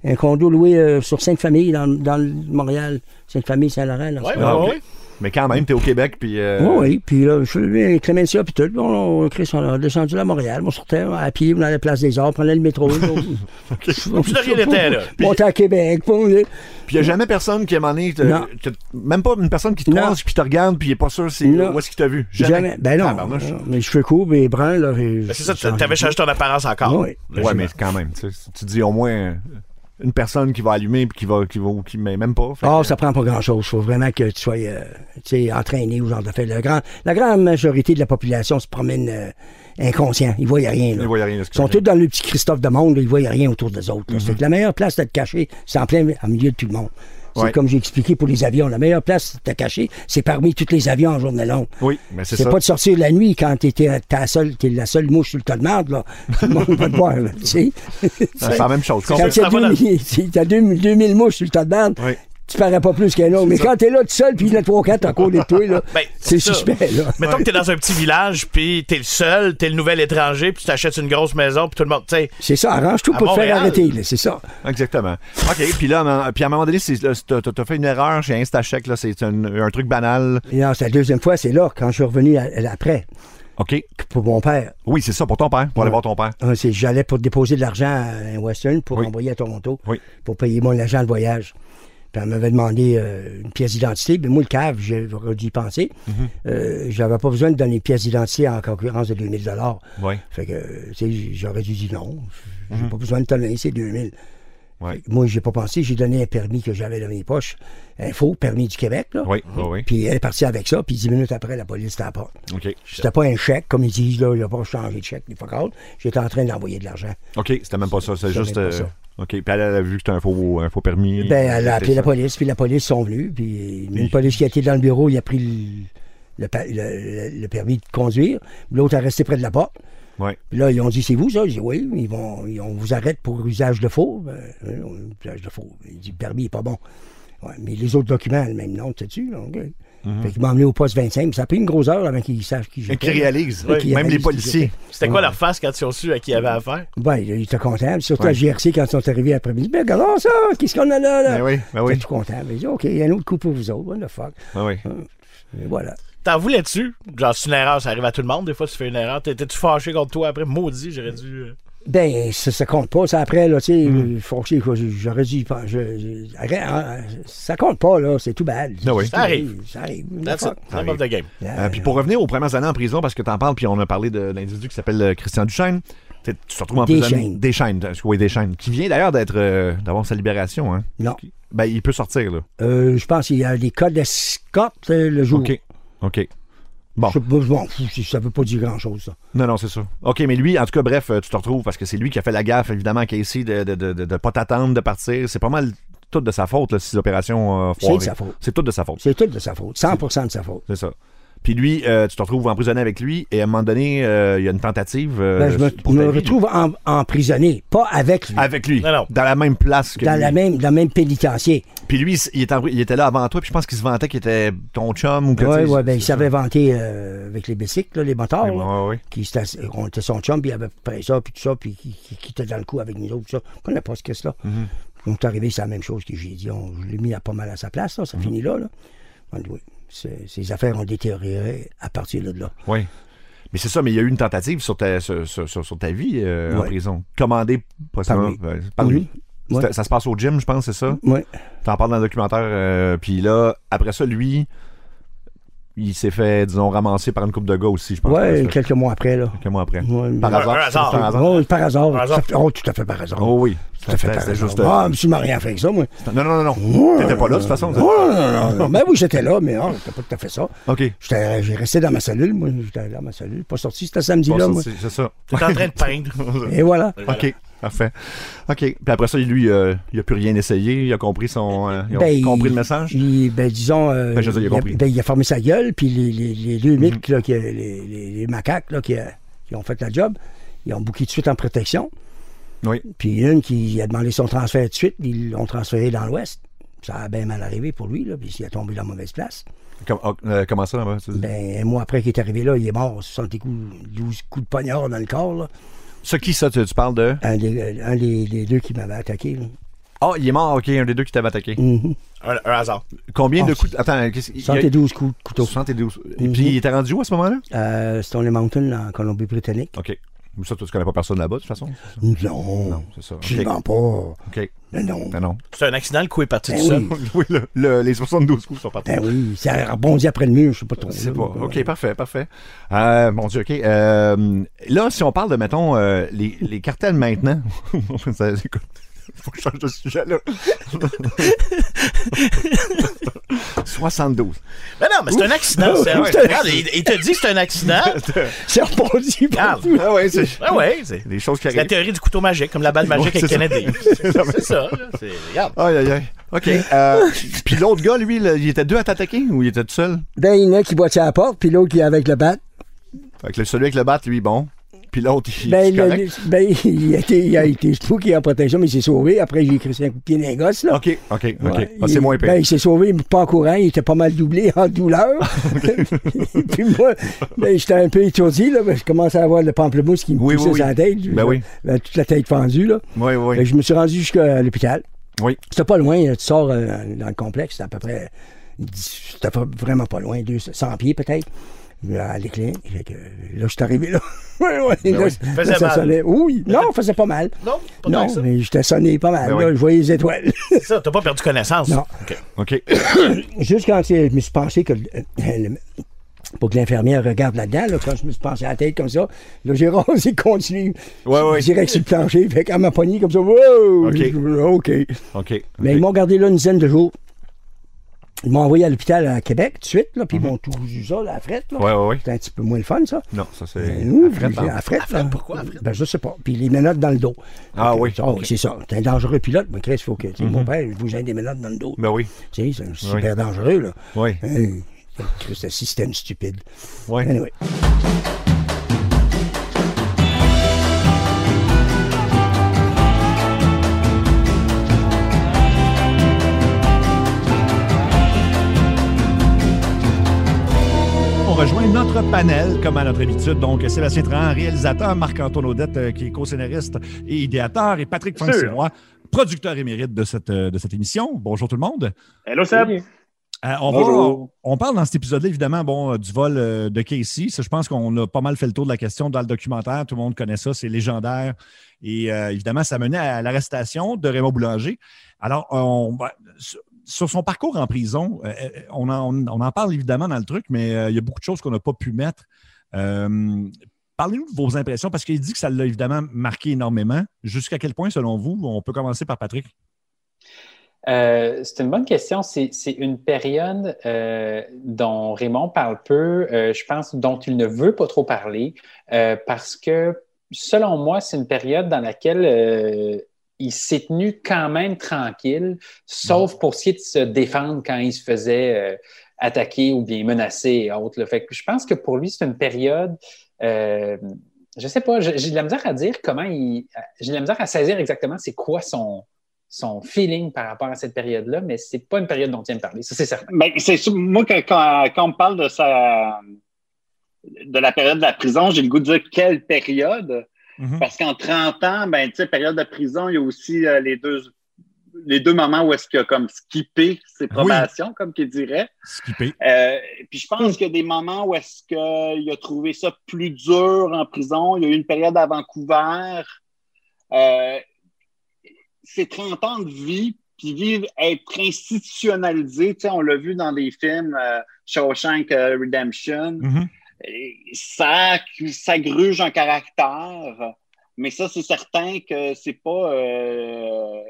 un condo loué euh, sur Sainte-Famille, dans, dans le Montréal. Sainte-Famille, Saint-Laurent. là,
Ouais,
c'est-
ouais,
Ah,
ouais,
ok.
ouais.
Mais quand même, t'es au Québec, puis. euh,
oui, oui. Puis là, je suis venu avec Clémentia, puis tout. Bon, on, Chris, on a descendu à Montréal. On sortait à pied, on allait à la place des arts, on prenait le métro.
Tu n'as rien été, là.
Montait à Québec. bon, là.
Puis y a jamais personne qui, à un moment donné, te-
Non.
te- même pas une personne qui te
Non.
croise, puis te regarde, puis il est pas sûr c'est
Non.
où est-ce qu'il t'a vu.
Jamais. Ben non.
Tabarnouche.
non, mes cheveux courts et bruns, là. j'ai-
Ben, C'est ça,
j'ai-
tu avais changé ton apparence encore.
Oui.
Ouais, mais quand même, tu, sais, tu dis au moins euh, une personne qui va allumer, puis qui va. qui va ou qui met même pas. Fait
Ah,
que-
ça prend pas grand-chose. Faut vraiment que tu sois euh, tu sais, entraîné ou genre de fait. La, grand- la grande majorité de la population se promène euh, inconscient. Ils voient rien. Là.
Ils voient rien, ce que
Ils sont
je
tous dans le petit Christophe de monde. là. Ils voient rien autour des autres.
Mhm.
là. C'est que la meilleure place de te cacher, c'est en plein en milieu de tout le monde. C'est
Ouais.
comme j'ai expliqué pour les avions. La meilleure place de te cacher, c'est parmi tous les avions en journée longue.
Oui,
ben,
mais c'est
C'est
ça.
pas de sortir la nuit quand t'es t'es- t'es la seule, t'es la seule mouche sur le tas de marde, là. Tout le monde va te voir, là, tu sais.
C'est la même chose.
Quand
Ça
t'as
va dans-
2000, t'as 2000 2000 mouches sur le tas de marde,
Oui.
tu parais pas plus qu'un autre. Mais quand t'es là tout seul, puis il y en a 3-4 à côté de toi, là,
Ben,
c'est
ça.
suspect, là.
Mettons que t'es dans un petit village, puis t'es le seul, t'es le nouvel étranger, puis tu t'achètes une grosse maison, puis tout le monde, tu sais.
C'est ça, arrange-tout
À
pour te faire
Montréal.
arrêter, là, c'est ça.
Exactement. OK, puis là, à un- puis à un moment donné, c'est- là, c'est- t'as t'as fait une erreur chez Instachèque, là, c'est un, un truc banal.
Et non, c'est la deuxième fois, c'est là, quand je suis revenu à- à- après,
OK.
pour mon père.
Oui, c'est ça, pour ton père, pour aller voir ton père.
Ah, c'est- J'allais pour déposer de l'argent à Western pour
Oui.
envoyer à Toronto
Oui.
pour payer mon agent de voyage. Puis elle m'avait demandé euh, une pièce d'identité. Mais moi, le cave, j'aurais dû y penser.
Mhm.
Euh, J'avais pas besoin de donner une pièce d'identité en concurrence de 2000
Oui.
Fait que, tu sais, j'aurais dû dire non. J'ai
Mhm.
pas besoin de te donner ces 2000
Oui.
Fait que Moi, j'ai pas pensé. J'ai donné un permis que j'avais dans mes poches. Un faux permis du Québec, là.
Oui, oui, oui.
Puis elle est partie avec ça. Puis dix minutes après, la police était à la porte.
OK.
C'était pas un chèque, comme ils disent, là. Il a pas changé de chèque, ni fuck all. J'étais en train d'envoyer de l'argent.
OK, c'était même pas ça, c'est
C'était
juste.
même pas
euh,
ça.
OK, puis elle, elle a vu que c'était un faux, un faux permis.
Ben, elle a appelé la
police.
police, puis la police sont venus. Puis une police qui a été dans le bureau, il a pris le, le pa- le- le- le permis de conduire. L'autre a resté près de la porte.
Ouais.
Puis là, ils ont dit, c'est vous, ça? J'ai dit, oui, ils vont, ils- on vous arrête pour usage de faux. Euh, euh, usage de faux. Il dit, le permis n'est pas bon. Ouais, mais les autres documents, le même nom, sais-tu? là, OK. Fait qu'ils m'ont emmené au poste 25. puis Ça a pris une grosse heure avant qu'ils sachent qui
Mhm. Et
j'étais.
qui réalise,
Ouais, qui
même les
réalise qui
policiers.
C'était quoi leur face quand ils ont su à qui ils avaient affaire?
Ben, ils étaient contents. Surtout
Ouais.
à GRC, quand ils sont arrivés après-midi. Ben, regardons ça! Qu'est-ce qu'on a là? là?
Ben oui, ben oui.
Ils étaient tout contents. Ils disaient, OK, il y a un autre coup pour vous autres. What the fuck?
Ah oui.
Et voilà.
T'en voulais-tu? Genre, c'est une erreur, ça arrive à tout le monde. Des fois, tu fais une erreur. T'étais-tu fâché contre toi après? Maudit, j'aurais dû. euh,
Ben, ça, ça compte pas. Ça, après, là, tu sais,
Hmm.
le foncier, quoi, j'aurais dû y penser. Je- je- arrête, hein, ça compte pas, là. C'est tout bad.
Ah oui.
C'est-
Ça arrive.
Ça arrive.
That's it.
Fuck.
Name of the game.
Euh,
Yeah.
puis pour revenir aux premières années en prison, parce que t'en parles, puis on a parlé de l'individu qui s'appelle euh, Christian Duchesne. T'es- Tu te retrouves en prison.
Deschaînes.
Deschaînes. euh, Oui, Deschaînes. Qui vient d'ailleurs d'être euh, d'avoir sa libération. Hein.
Non.
Ben, il peut sortir, là.
Euh, je pense qu'il y a des cas d'escorte euh, le jour.
OK. OK. Bon.
Je, je m'en fous, c'est- ça veut pas dire grand-chose, ça.
Non, non, c'est ça. OK, mais lui, en tout cas, bref, euh, tu te retrouves parce que c'est lui qui a fait la gaffe, évidemment, à Casey, de de, de, de- de pas t'attendre, de partir. C'est pas mal tout de sa faute, là, si l'opération euh,
C'est de
foirée.
sa faute.
C'est tout de sa faute.
C'est tout de sa faute. 100 de sa faute.
C'est ça. Puis lui, euh, tu te retrouves emprisonné avec lui, et à un moment donné, euh, il y a une tentative. euh,
Ben, je me,
pour
me
ta vie. Ah,
retrouve en- emprisonné, pas avec lui.
Avec lui.
Non, non.
Dans la même place que
dans,
lui.
la même, dans le même pénitencier.
Puis lui, il, est en- il était là avant toi, puis je pense qu'il se vantait qu'il était ton chum ou que
Oui,
tu sais,
oui, ben, il
c'est ça.
s'avait vanté euh, avec les bicycles, là, les motards.
Ouais,
là.
ouais, ouais.
qui était, on était son chum, puis il avait pris ça, puis tout ça, puis qui, qui- qui était dans le coup avec nous autres, tout ça. On connaît pas ce que c'est là.
Mm-hmm.
On est arrivé, c'est la même chose que j'ai dit. On, je l'ai mis à pas mal à sa place, là,
Mm-hmm.
ça finit là. là. On dit, oui, c'est- ces affaires ont détérioré à partir de là.
Ouais. Mais c'est ça, mais il y a eu une tentative sur ta, sur, sur- sur- sur ta vie euh, en
Ouais.
prison. Commandée possiblement,
lui.
euh, par
Oui.
lui.
Ouais.
C'était- Ça se passe au gym, je pense, c'est ça?
Ouais.
T'en parles dans le documentaire. euh, puis là, après ça, lui, il s'est fait, disons, ramasser par une coupe de gars aussi, je pense.
Ouais, Mm.
que c'est ça.
quelques mois après, là.
Quelques mois après.
Ouais,
Par
mais-
hasard.
Un hasard.
c'est un hasard.
Oh, par hasard.
Par hasard.
Ça fait- Oh, tout à fait par hasard.
Oh oui.
tout à fait par
C'était
hasard.
juste. euh,
Ah, mais tu m'as rien fait avec ça, moi.
Non, non, non, non. T'étais pas là, de toute façon.
Oh, non, non, non. Ben oui, j'étais là, mais oh, t'as pas tout à fait ça.
OK.
J'étais j'ai resté dans ma cellule, moi. J'étais dans ma cellule. Pas sorti, c'était samedi,
Bon,
là,
ça,
moi.
c'est c'est ça.
T'es en train de peindre.
Et voilà.
OK, parfait. OK. Puis après ça, lui, euh, il a plus rien essayé. Il a compris son. euh, il a
Ben,
compris
il-
le message.
il- ben, disons, euh,
Ben, je veux dire, il a
il, a,
compris. Mhm.
ben, il a formé sa gueule, puis les, les, les deux mics, là, qui- les, les- les macaques là, qui, euh, qui ont fait la job, ils ont bouqué tout de suite en protection.
Oui.
Puis une qui a demandé son transfert tout de suite, ils l'ont transféré dans l'Ouest. Ça a bien mal arrivé pour lui, là, puis il a tombé dans la mauvaise place.
Com- oh, euh, comment ça, là-bas? tu dis?
Ben, un mois après qu'il est arrivé là, il est mort, 60 coups, 12 coups de poignard dans le corps. là.
Ça, qui, ça? Tu, tu parles de.
Un, des, euh, un des, des deux qui m'avait attaqué. là.
Ah, il est mort. OK, un des deux qui t'avait attaqué.
Mhm.
Un, un hasard.
Combien
Ah,
de coups. Attends, qu'est-ce qu'il y a-
72 coups de couteau.
72. Et
Mhm.
puis, il était rendu où à ce moment-là?
Euh, Stone Mountain, en Colombie-Britannique.
OK. Ça, toi, tu connais pas personne là-bas, de toute façon?
Non.
Non, c'est ça.
Je
OK.
mens pas.
OK.
Ben non.
Ah non.
C'est un accident, le coup est parti
Ben
tout seul.
oui.
oui, le- le- les 72 coups sont partis.
Ben oui, ça rebondit après le mur, je sais pas trop.
Ben
C'est
là.
pas. OK, parfait, parfait. Euh, mon Dieu, OK. Euh, là, si on parle de, mettons, euh, les, les cartels maintenant. ça, écoute, faut que je change de sujet, là. 72.
Mais Ben non, mais c'est un accident,
Ouf.
c'est
Ah ouais.
Regarde, il, il te dit que c'est un accident.
Ça rebondit pas.
Regarde.
Ah ouais, c'est.
Ah ouais, c'est
Des choses qui
c'est la
arrivent.
théorie du couteau magique, comme la balle magique
Ouais,
avec
c'est ça.
Kennedy. C'est ça, là. C'est- Regarde.
Aïe, aïe, aïe. OK. euh, Puis l'autre gars, lui, là, il était deux à t'attaquer ou il était tout seul?
Ben, il y en a un qui boitait à la porte, puis l'autre qui est avec le bat.
Fait que celui avec le bat, lui, bon. Puis l'autre, il
Ben,
c'est
le-
correct.
le- ben, il a été, il a été, je trouve qu'il est en protection, mais il s'est sauvé. Après, j'ai écrit un coup de pied dans les gosses, là.
OK, OK, OK.
Ouais.
Ah, c'est
Il-
moins pire.
Ben, il s'est sauvé, mais pas en courant. Il était pas mal doublé en douleur. puis moi, ben, j'étais un peu étourdi, là. Ben, je commençais à avoir le pamplemousse qui me
Oui,
poussait
oui, oui.
sur la tête.
Ben oui.
Ben, toute la tête fendue, là.
Oui, oui,
Fait que
oui.
je me suis rendu jusqu'à l'hôpital.
Oui.
C'était pas loin, là, tu sors euh, dans le complexe, c'était à peu près. dix- C'était pas- vraiment pas loin, 200 100 pieds peut-être, à l'éclair. Fait que, Là, je suis arrivé là. Ouais, ouais,
Ben
là, là,
Faisait
ça
mal.
sonnait. Oui, non, faisait pas mal.
Non, pas tant
non,
que ça.
mais j'étais sonné pas mal.
Ben
là,
oui.
Je voyais les étoiles.
C'est ça, t'as pas perdu connaissance.
Non.
OK.
OK.
Juste quand euh, je me suis pensé que. le- euh, le- pour que l'infirmière regarde là-dedans, là, quand je me suis pensé à la tête comme ça, là, j'ai rasé, continue.
Ouais, ouais.
Direct sur le plancher, fait qu'elle m'a pogné comme ça. Wow!
OK.
OK.
OK.
Mais ils m'ont gardé là une dizaine de jours. Ils m'ont envoyé à l'hôpital à Québec tout de suite, là, puis ils m'ont tout vu ça, là, à frette. là.
Mhm. Ouais, hein? ouais, ouais.
C'était un petit peu moins le fun, ça.
Non, ça,
Mais
c'est.
nous,
Après,
j'ai-
t'en-
à frette, là.
pourquoi à frette?
Ben, je sais pas. Puis les menottes dans le dos.
Ah
Fait que,
oui, Mhm.
oh, C'est ça. C'est un dangereux pilote, mais Chris, faut que. tu sais, Mon père, il vous avez des menottes dans le dos.
Ben oui.
Tu sais, c'est super dangereux, là.
Oui.
Hein, Chris, c'est un système stupide.
Ouais.
Anyway.
rejoint notre panel, comme à notre habitude. Donc, Sébastien Tran, réalisateur, Marc-Antoine Audette, euh, qui est co-scénariste et idéateur, et Patrick
Sûr.
Francinois, producteur émérite de cette, euh, de cette émission. Bonjour tout le monde.
Hello, Seb.
Euh, on, va-
Bonjour.
on parle dans cet épisode-là, évidemment, bon, euh, du vol euh, de Casey. Ça, je pense qu'on a pas mal fait le tour de la question dans le documentaire. Tout le monde connaît ça, c'est légendaire. Et euh, évidemment, ça menait à l'arrestation de Raymond Boulanger. Alors, on va- sur- sur son parcours en prison, euh, euh, on, en, on- on en parle évidemment dans le truc, mais euh, il y a beaucoup de choses qu'on n'a pas pu mettre. Euh, Parlez-nous de vos impressions, parce qu'il dit que ça l'a évidemment marqué énormément. Jusqu'à quel point, selon vous, on peut commencer par Patrick?
Euh, c'est une bonne question. C'est c'est une période euh, dont Raymond parle peu, euh, je pense, dont il ne veut pas trop parler, euh, parce que selon moi, c'est une période dans laquelle euh, il s'est tenu quand même tranquille, sauf pour ce qui est de se défendre quand il se faisait euh, attaquer ou bien menacer et autres. là. Fait que je pense que pour lui, c'est une période. euh, je sais pas, j'ai j'ai de la misère à dire comment il. J'ai de la misère à saisir exactement c'est quoi son, son feeling par rapport à cette période-là, mais c'est pas une période dont tu viens de parler, ça c'est certain.
Ben, c'est sûr, moi, quand, quand, quand on me parle de sa de la période de la prison, j'ai le goût de dire quelle période.
Mhm.
Parce qu'en 30 ans, ben, tu sais, période de prison, il y a aussi euh, les deux les deux moments où est-ce qu'il a comme skippé ses probations, comme qu'il dirait.
Skipper.
Euh, puis je pense qu'il y a des moments où est-ce qu'il a trouvé ça plus dur en prison. Il y a eu une période à Vancouver. Euh, c'est 30 ans de vie, puis vivre, être institutionnalisé. Tu sais, on l'a vu dans des films, euh, Shawshank euh, Redemption.
Mhm.
Et Ça, ça gruge un caractère, mais ça, c'est certain que c'est pas euh,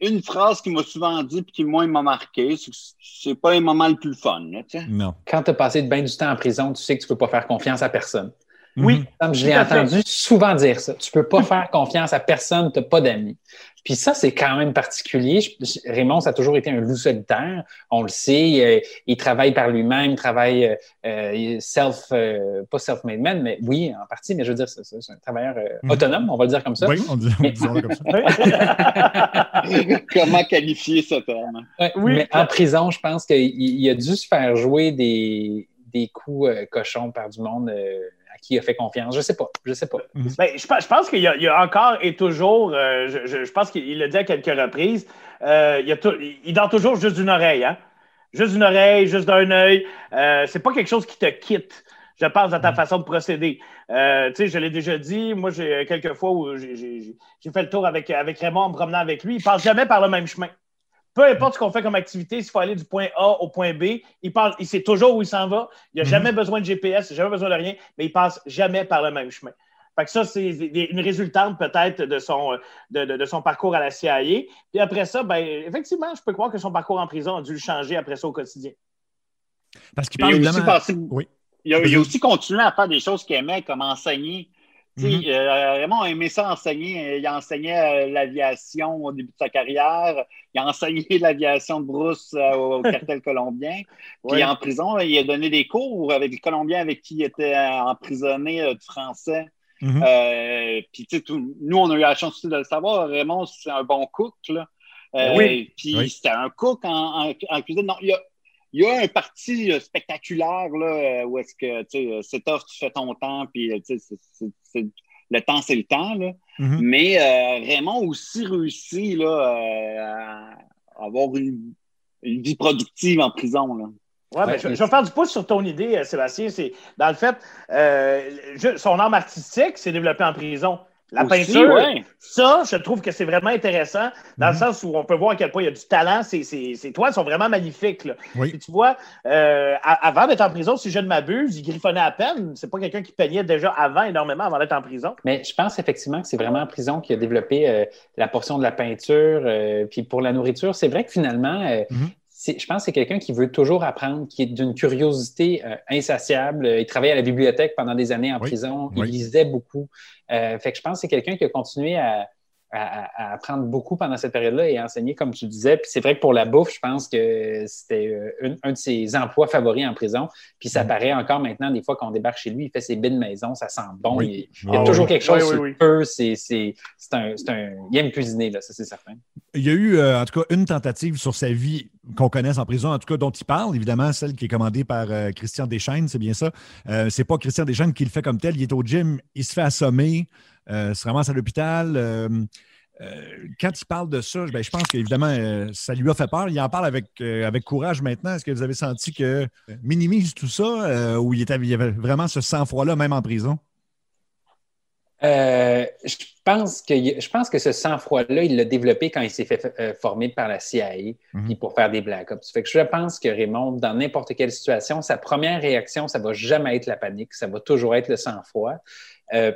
une phrase qui m'a souvent dit puis qui, moi, m'a marqué. c'est que C'est pas un moment le plus fun. là, tu sais.
Non.
Quand tu as passé bien du temps en prison, tu sais que tu peux pas faire confiance à personne.
Oui.
Comme je
Tout
l'ai
à fait.
entendu souvent dire ça, tu peux pas faire confiance à personne, t'as pas d'amis. Puis ça, c'est quand même particulier. Je- je- Raymond, ça a toujours été un loup solitaire, on le sait. euh, il travaille par lui-même, il travaille euh, euh, il est self, euh, pas self-made man, mais oui, en partie, mais je veux dire, c'est c'est un travailleur euh,
Mm-hmm.
Mhm.
autonome, on va le dire comme ça.
Oui, on dit- on dit comme ça.
Comment qualifier ce terme?
Ouais, Mais en prison, je pense qu'il il a dû se faire jouer des, des coups euh, cochons par du monde euh, à qui il a fait confiance. Je sais pas. Je sais pas.
Ben, je, pense- je pense qu'il y, a- il y a encore et toujours, euh, je, je- je pense qu'il il l'a dit à quelques reprises, euh, il, y a tou- il- il dort toujours juste d'une oreille. Hein? Juste d'une oreille, juste d'un œil. Euh, c'est pas quelque chose qui te quitte, je pense, dans ta façon de procéder. Euh, tu sais, je l'ai déjà dit, moi, j'ai euh, quelques fois où j'ai- j'ai j'ai- j'ai fait le tour avec, avec Raymond en me promenant avec lui, il passe jamais par le même chemin. Peu importe ce qu'on fait comme activité, s'il faut aller du point A au point B, il, parle, il sait toujours où il s'en va. Il n'a
Mhm.
jamais besoin de GPS, il n'a jamais besoin de rien, mais il passe jamais par le même chemin. Fait que ça, c'est des- une résultante peut-être de son, euh, de, de- de son parcours à la CIA. Puis après ça, ben, effectivement, je peux croire que son parcours en prison a dû le changer après ça au quotidien.
Parce qu'il
Il a,
parle
aussi
évidemment.
passé-
Oui.
il, a, il a aussi continué à faire des choses qu'il aimait, comme enseigner. Tu sais,
Mm-hmm.
euh, Raymond aimait ça enseigner. Il enseignait euh, l'aviation au début de sa carrière. Il a enseigné l'aviation de Brousse euh, au, au cartel colombien. Puis
Ouais.
en prison, il a donné des cours avec les Colombiens avec qui il était euh, emprisonné euh, du français.
Mhm.
Euh, puis tu sais, tout- nous, on a eu la chance aussi de le savoir. Raymond, c'est un bon cook. Là. Euh,
Oui.
Puis
Ben Oui.
c'était un cook en, en- en cuisine. Non, il y a, il y a un parti euh, spectaculaire là, euh, où est-ce que tu sais, euh, c'est tough, tu fais ton temps, puis euh, tu sais, c'est- c'est- c'est- le temps, c'est le temps. Là.
Mhm.
Mais euh, Raymond a aussi réussi là, euh, à avoir une, une vie productive en prison. Là.
Ouais, ben,
Ouais,
je,
mais-
je vais faire du pouce sur ton idée, euh, Sébastien. C'est dans le fait, euh, je- son arme artistique s'est développée en prison. La
Aussi,
peinture,
ouais.
ça, je trouve que c'est vraiment intéressant dans
Mhm.
le sens où on peut voir à quel point il y a du talent. Ces, ces- ces toiles sont vraiment magnifiques. là.
Oui.
Puis tu vois, euh, a- avant d'être en prison, si je ne m'abuse, il griffonnait à peine. C'est pas quelqu'un qui peignait déjà avant énormément avant d'être en prison.
Mais je pense effectivement que c'est vraiment en prison qu'il a développé euh, la portion de la peinture. euh, puis pour la nourriture, c'est vrai que finalement, euh,
Mhm.
c'est- je pense que c'est quelqu'un qui veut toujours apprendre, qui est d'une curiosité euh, insatiable. Euh, Il travaillait à la bibliothèque pendant des années en
Oui.
prison.
Oui.
Il lisait beaucoup. Euh, fait que je pense que c'est quelqu'un qui a continué à, à- à- à apprendre beaucoup pendant cette période-là et à enseigner, comme tu disais. Puis c'est vrai que pour la bouffe, je pense que c'était euh, un, un de ses emplois favoris en prison. Puis
Mhm.
ça paraît encore maintenant, des fois qu'on débarque chez lui, il fait ses bines maison, ça sent bon.
Oui. Ah
Il- il y a
oui.
toujours quelque chose
Oui, oui,
sur
oui.
eux. C'est, c'est, c'est un, c'est un... Il aime cuisiner, là, ça, c'est certain.
Il y a eu, euh, en tout cas, une tentative sur sa vie qu'on connaisse en prison, en tout cas dont il parle, évidemment, celle qui est commandée par euh, Christian Deschaines, c'est bien ça. Euh, c'est pas Christian Deschaines qui le fait comme tel, il est au gym, il se fait assommer, euh, se ramasse à l'hôpital. Euh, euh, quand il parle de ça, ben, je pense qu'évidemment, euh, ça lui a fait peur. Il en parle avec, euh, avec courage maintenant. Est-ce que vous avez senti que minimise tout ça euh, ou il, était, il y avait vraiment ce sang-froid-là, même en prison?
Euh, je pense que je pense que ce sang-froid-là, il l'a développé quand il s'est fait euh, former par la CIA
Mhm.
puis pour faire des black ops. Fait que je pense que Raymond, dans n'importe quelle situation, sa première réaction, ça va jamais être la panique, ça va toujours être le sang-froid. Euh,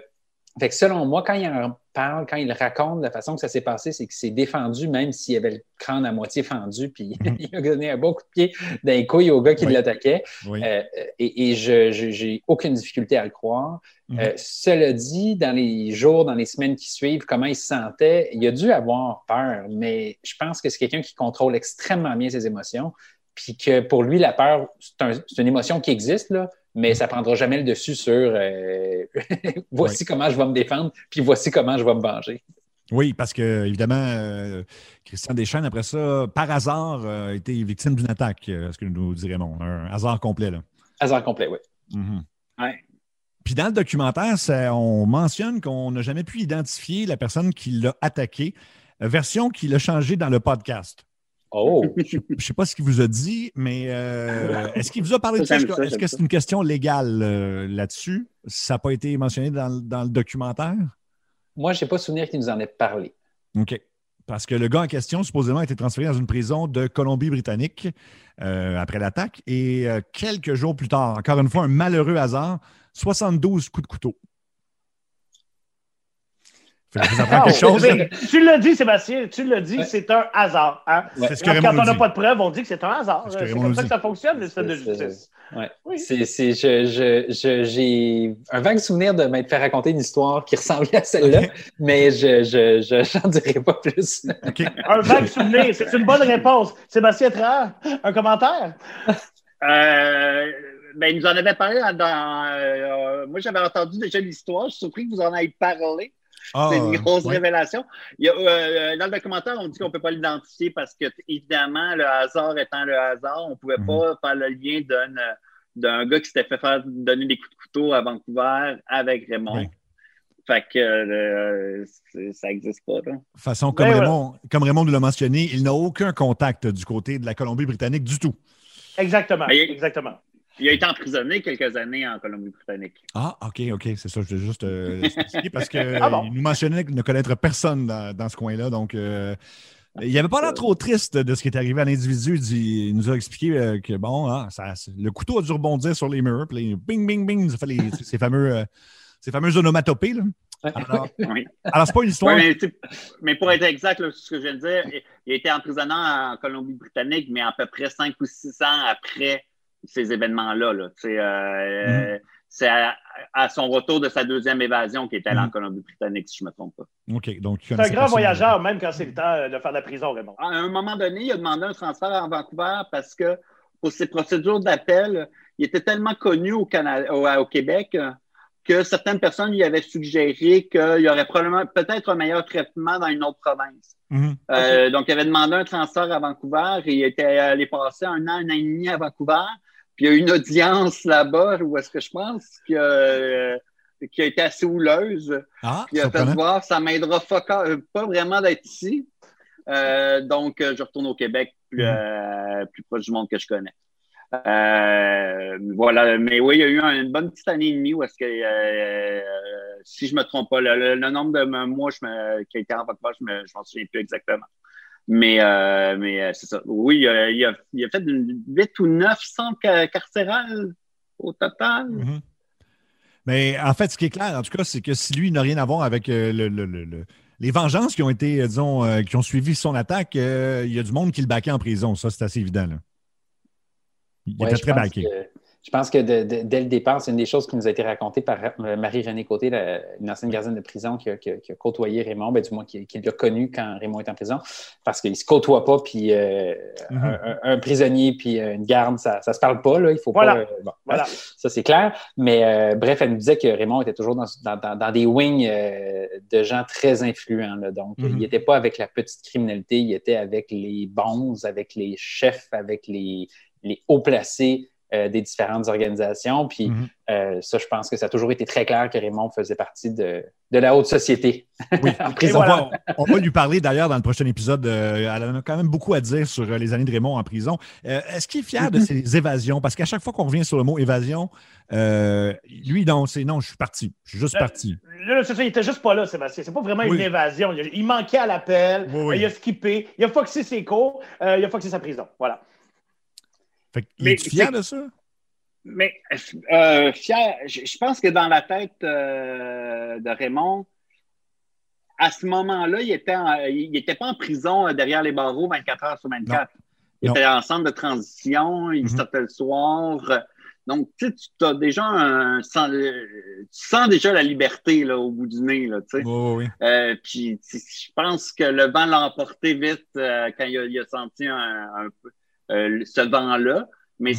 fait que selon moi, quand il en parle, quand il raconte la façon que ça s'est passé, c'est qu'il s'est défendu, même s'il avait le crâne à moitié fendu, puis il a donné un bon coup de pied d'un couille au gars qui
Oui.
l'attaquait.
Oui.
Euh, et et je je- j'ai aucune difficulté à le croire.
Mhm.
Euh, cela dit, dans les jours, dans les semaines qui suivent, comment il se sentait, il a dû avoir peur, mais je pense que c'est quelqu'un qui contrôle extrêmement bien ses émotions, puis que pour lui, la peur, c'est un- c'est une émotion qui existe, là, mais ça prendra jamais le dessus sur euh, voici comment je vais me défendre, puis voici comment je vais me venger.
Oui, parce que, évidemment, euh, Christian Deschamps, après ça, par hasard, euh, a été victime d'une attaque, euh, ce que nous dirait mon. Un hasard complet, là.
Hasard complet, oui.
Mhm.
Ouais.
Puis dans le documentaire, ça- on mentionne qu'on n'a jamais pu identifier la personne qui l'a attaqué, euh, version qu'il a changée dans le podcast.
Oh!
Je ne sais pas ce qu'il vous a dit, mais euh, est-ce qu'il vous a parlé
Ça,
de ça?
j'aime
Est-ce que-
ça,
Est-ce
j'aime
que c'est
ça.
une question légale euh, là-dessus? Ça n'a pas été mentionné dans, le- dans le documentaire?
Moi, je n'ai pas souvenir qu'il nous en ait parlé.
OK. Parce que le gars en question, supposément, a été transféré dans une prison de Colombie-Britannique euh, après l'attaque. Et euh, quelques jours plus tard, encore une fois, un malheureux hasard, 72 coups de couteau. Fait que ça vous apprend quelque
Ah,
chose. hein. là.
mais tu l'as dit, Sébastien, tu l'as dit,
Ouais.
c'est un hasard. hein.
Ouais.
C'est ce que
Quand,
Raymond
on
nous
n'a
dit.
pas de preuves, on dit que c'est un hasard. hein.
C'est ce que
C'est
Raymond
comme ça
dit.
que ça fonctionne, le système de
C'est-
justice.
Ouais.
Oui.
C'est, c'est- je, je, je- j'ai un vague souvenir de m'être fait raconter une histoire qui ressemblait à celle-là, mais je, je, je, j'en dirai pas plus.
Un vague souvenir, c'est une bonne réponse. Sébastien Trahan, un commentaire?
Euh, ben, il nous en avait parlé dans. dans, euh, euh, moi, j'avais entendu déjà l'histoire. Je suis surpris que vous en ayez parlé.
Ah,
C'est une grosse
ouais.
révélation. Il y a, euh, dans le documentaire, on dit qu'on ne peut pas l'identifier parce que, évidemment, le hasard étant le hasard, on ne pouvait
Mhm.
pas faire le lien d'un, euh, d'un gars qui s'était fait faire donner des coups de couteau à Vancouver avec Raymond.
Oui.
Fait que euh, c'est- ça n'existe pas. là.
De toute façon, comme,
Ben, voilà.
Raymond, comme Raymond nous l'a mentionné, il n'a aucun contact du côté de la Colombie-Britannique du tout.
Exactement,
Mais-
exactement.
Il a été emprisonné quelques années en Colombie-Britannique.
Ah, OK, OK, c'est ça. Je voulais juste euh, l'expliquer parce qu'il
Ah bon?
nous mentionnait ne connaître personne dans, dans ce coin-là. Donc, euh, il n'avait pas l'air
Euh.
trop triste de ce qui est arrivé à l'individu. Il dit- il nous a expliqué euh, que, bon, ah, ça- le couteau a dû rebondir sur les murs. Puis, les bing, bing, bing, ça fait les- ces, fameux, euh, ces fameuses onomatopées. Là. Alors,
Oui.
alors, c'est pas une histoire.
Ouais, mais, tu sais, mais pour être exact, là, ce que je viens de dire, il a été emprisonnant en Colombie-Britannique, mais à peu près 5 ou 6 ans après ces événements-là. là. Tu sais, euh, C'est à, à son retour de sa deuxième évasion qu'il est allé en Colombie-Britannique, si je ne me trompe pas.
OK, donc, il
C'est un
connaissait
grand
personne.
voyageur, même quand c'est le temps de faire de la prison, Raymond.
À un moment donné, il a demandé un transfert à Vancouver parce que pour ses procédures d'appel, il était tellement connu au, Canada, au, au Québec euh, que certaines personnes lui avaient suggéré qu'il y aurait probablement peut-être un meilleur traitement dans une autre province.
Mhm.
Euh, donc, il avait demandé un transfert à Vancouver et il était allé passer un an, un an et demi à Vancouver. Puis il y a eu une audience là-bas où est-ce que je pense que, euh, qui a été assez houleuse.
Ah,
Puis il a fait
surprenant.
voir, ça m'aidera foca- euh, pas vraiment d'être ici. Euh, donc, euh, je retourne au Québec, plus, euh, plus proche du monde que je connais. Euh, voilà, mais oui, il y a eu une bonne petite année et demie où est-ce que, euh, si je me trompe pas, le, le- le nombre de m- mois je me, qui a été en vacances, je me- je m'en souviens plus exactement. Mais, euh, mais euh, c'est ça. Oui, euh, il a, il a fait 8 ou 900 ca- carcérales au total.
Mm.
Mhm. Mais en fait, ce qui est clair, en tout cas, c'est que si lui n'a rien à voir avec euh, le- le- le- le- les vengeances qui ont été, euh, disons, euh, qui ont suivi son attaque, euh, il y a du monde qui le baquait en prison. Ça, c'est assez évident. là. Il
Ouais,
était
je
très
pense
baqué.
que- Je pense que de- de- dès le départ, c'est une des choses qui nous a été racontée par euh, Marie-Renée Côté, la- une ancienne gardienne de prison qui a, qui a- qui a côtoyé Raymond, ben, du moins qui, qui l'a connu quand Raymond est en prison, parce qu'il ne se côtoie pas, puis euh,
Mhm. Mm-hmm.
un, un- un prisonnier, puis euh, une garde, ça ne se parle pas, là, il faut
Voilà.
pas... euh,
Ah.
bon,
Voilà.
ça, c'est clair. Mais euh, bref, elle nous disait que Raymond était toujours dans, dans- dans- dans des wings euh, de gens très influents. là. Donc,
Mhm.
il n'était pas avec la petite criminalité, il était avec les bons, avec les chefs, avec les, les hauts placés euh, des différentes organisations. Puis
Mhm.
euh, ça, je pense que ça a toujours été très clair que Raymond faisait partie de, de la haute société
Oui.
en
Et
prison.
on,
voilà.
va, on va lui parler d'ailleurs dans le prochain épisode. euh, elle en a quand même beaucoup à dire sur euh, les années de Raymond en prison. Euh, Est-ce qu'il est fier
Mm-hmm.
de ses évasions? Parce qu'à chaque fois qu'on revient sur le mot évasion, euh, lui, non, c'est non, je suis parti. Je suis juste
Euh,
parti.
Là, c'est ça, il était juste pas là, Sébastien. C'est pas vraiment
Oui.
une évasion. Il, il manquait à l'appel,
Oui, oui.
il a skippé, il a foxé ses cours, euh, il a foxé sa prison. Voilà.
Fait qu'il
mais
est fier
c'est-
de ça?
Mais euh, fier, je je pense que dans la tête euh, de Raymond, à ce moment-là, il était en- il n'était pas en prison euh, derrière les barreaux 24 heures sur 24. Il
Non.
était en centre de transition, il
Mhm.
sortait le soir. Donc, tu sais, tu as déjà un, sens- euh, tu sens déjà la liberté là, au bout du nez. Là, tu sais.
Oui, oui, oui.
Euh, puis tu- je pense que le vent l'a emporté vite euh, quand il a, il a senti un, un peu euh, ce vent-là. Mais
Mhm.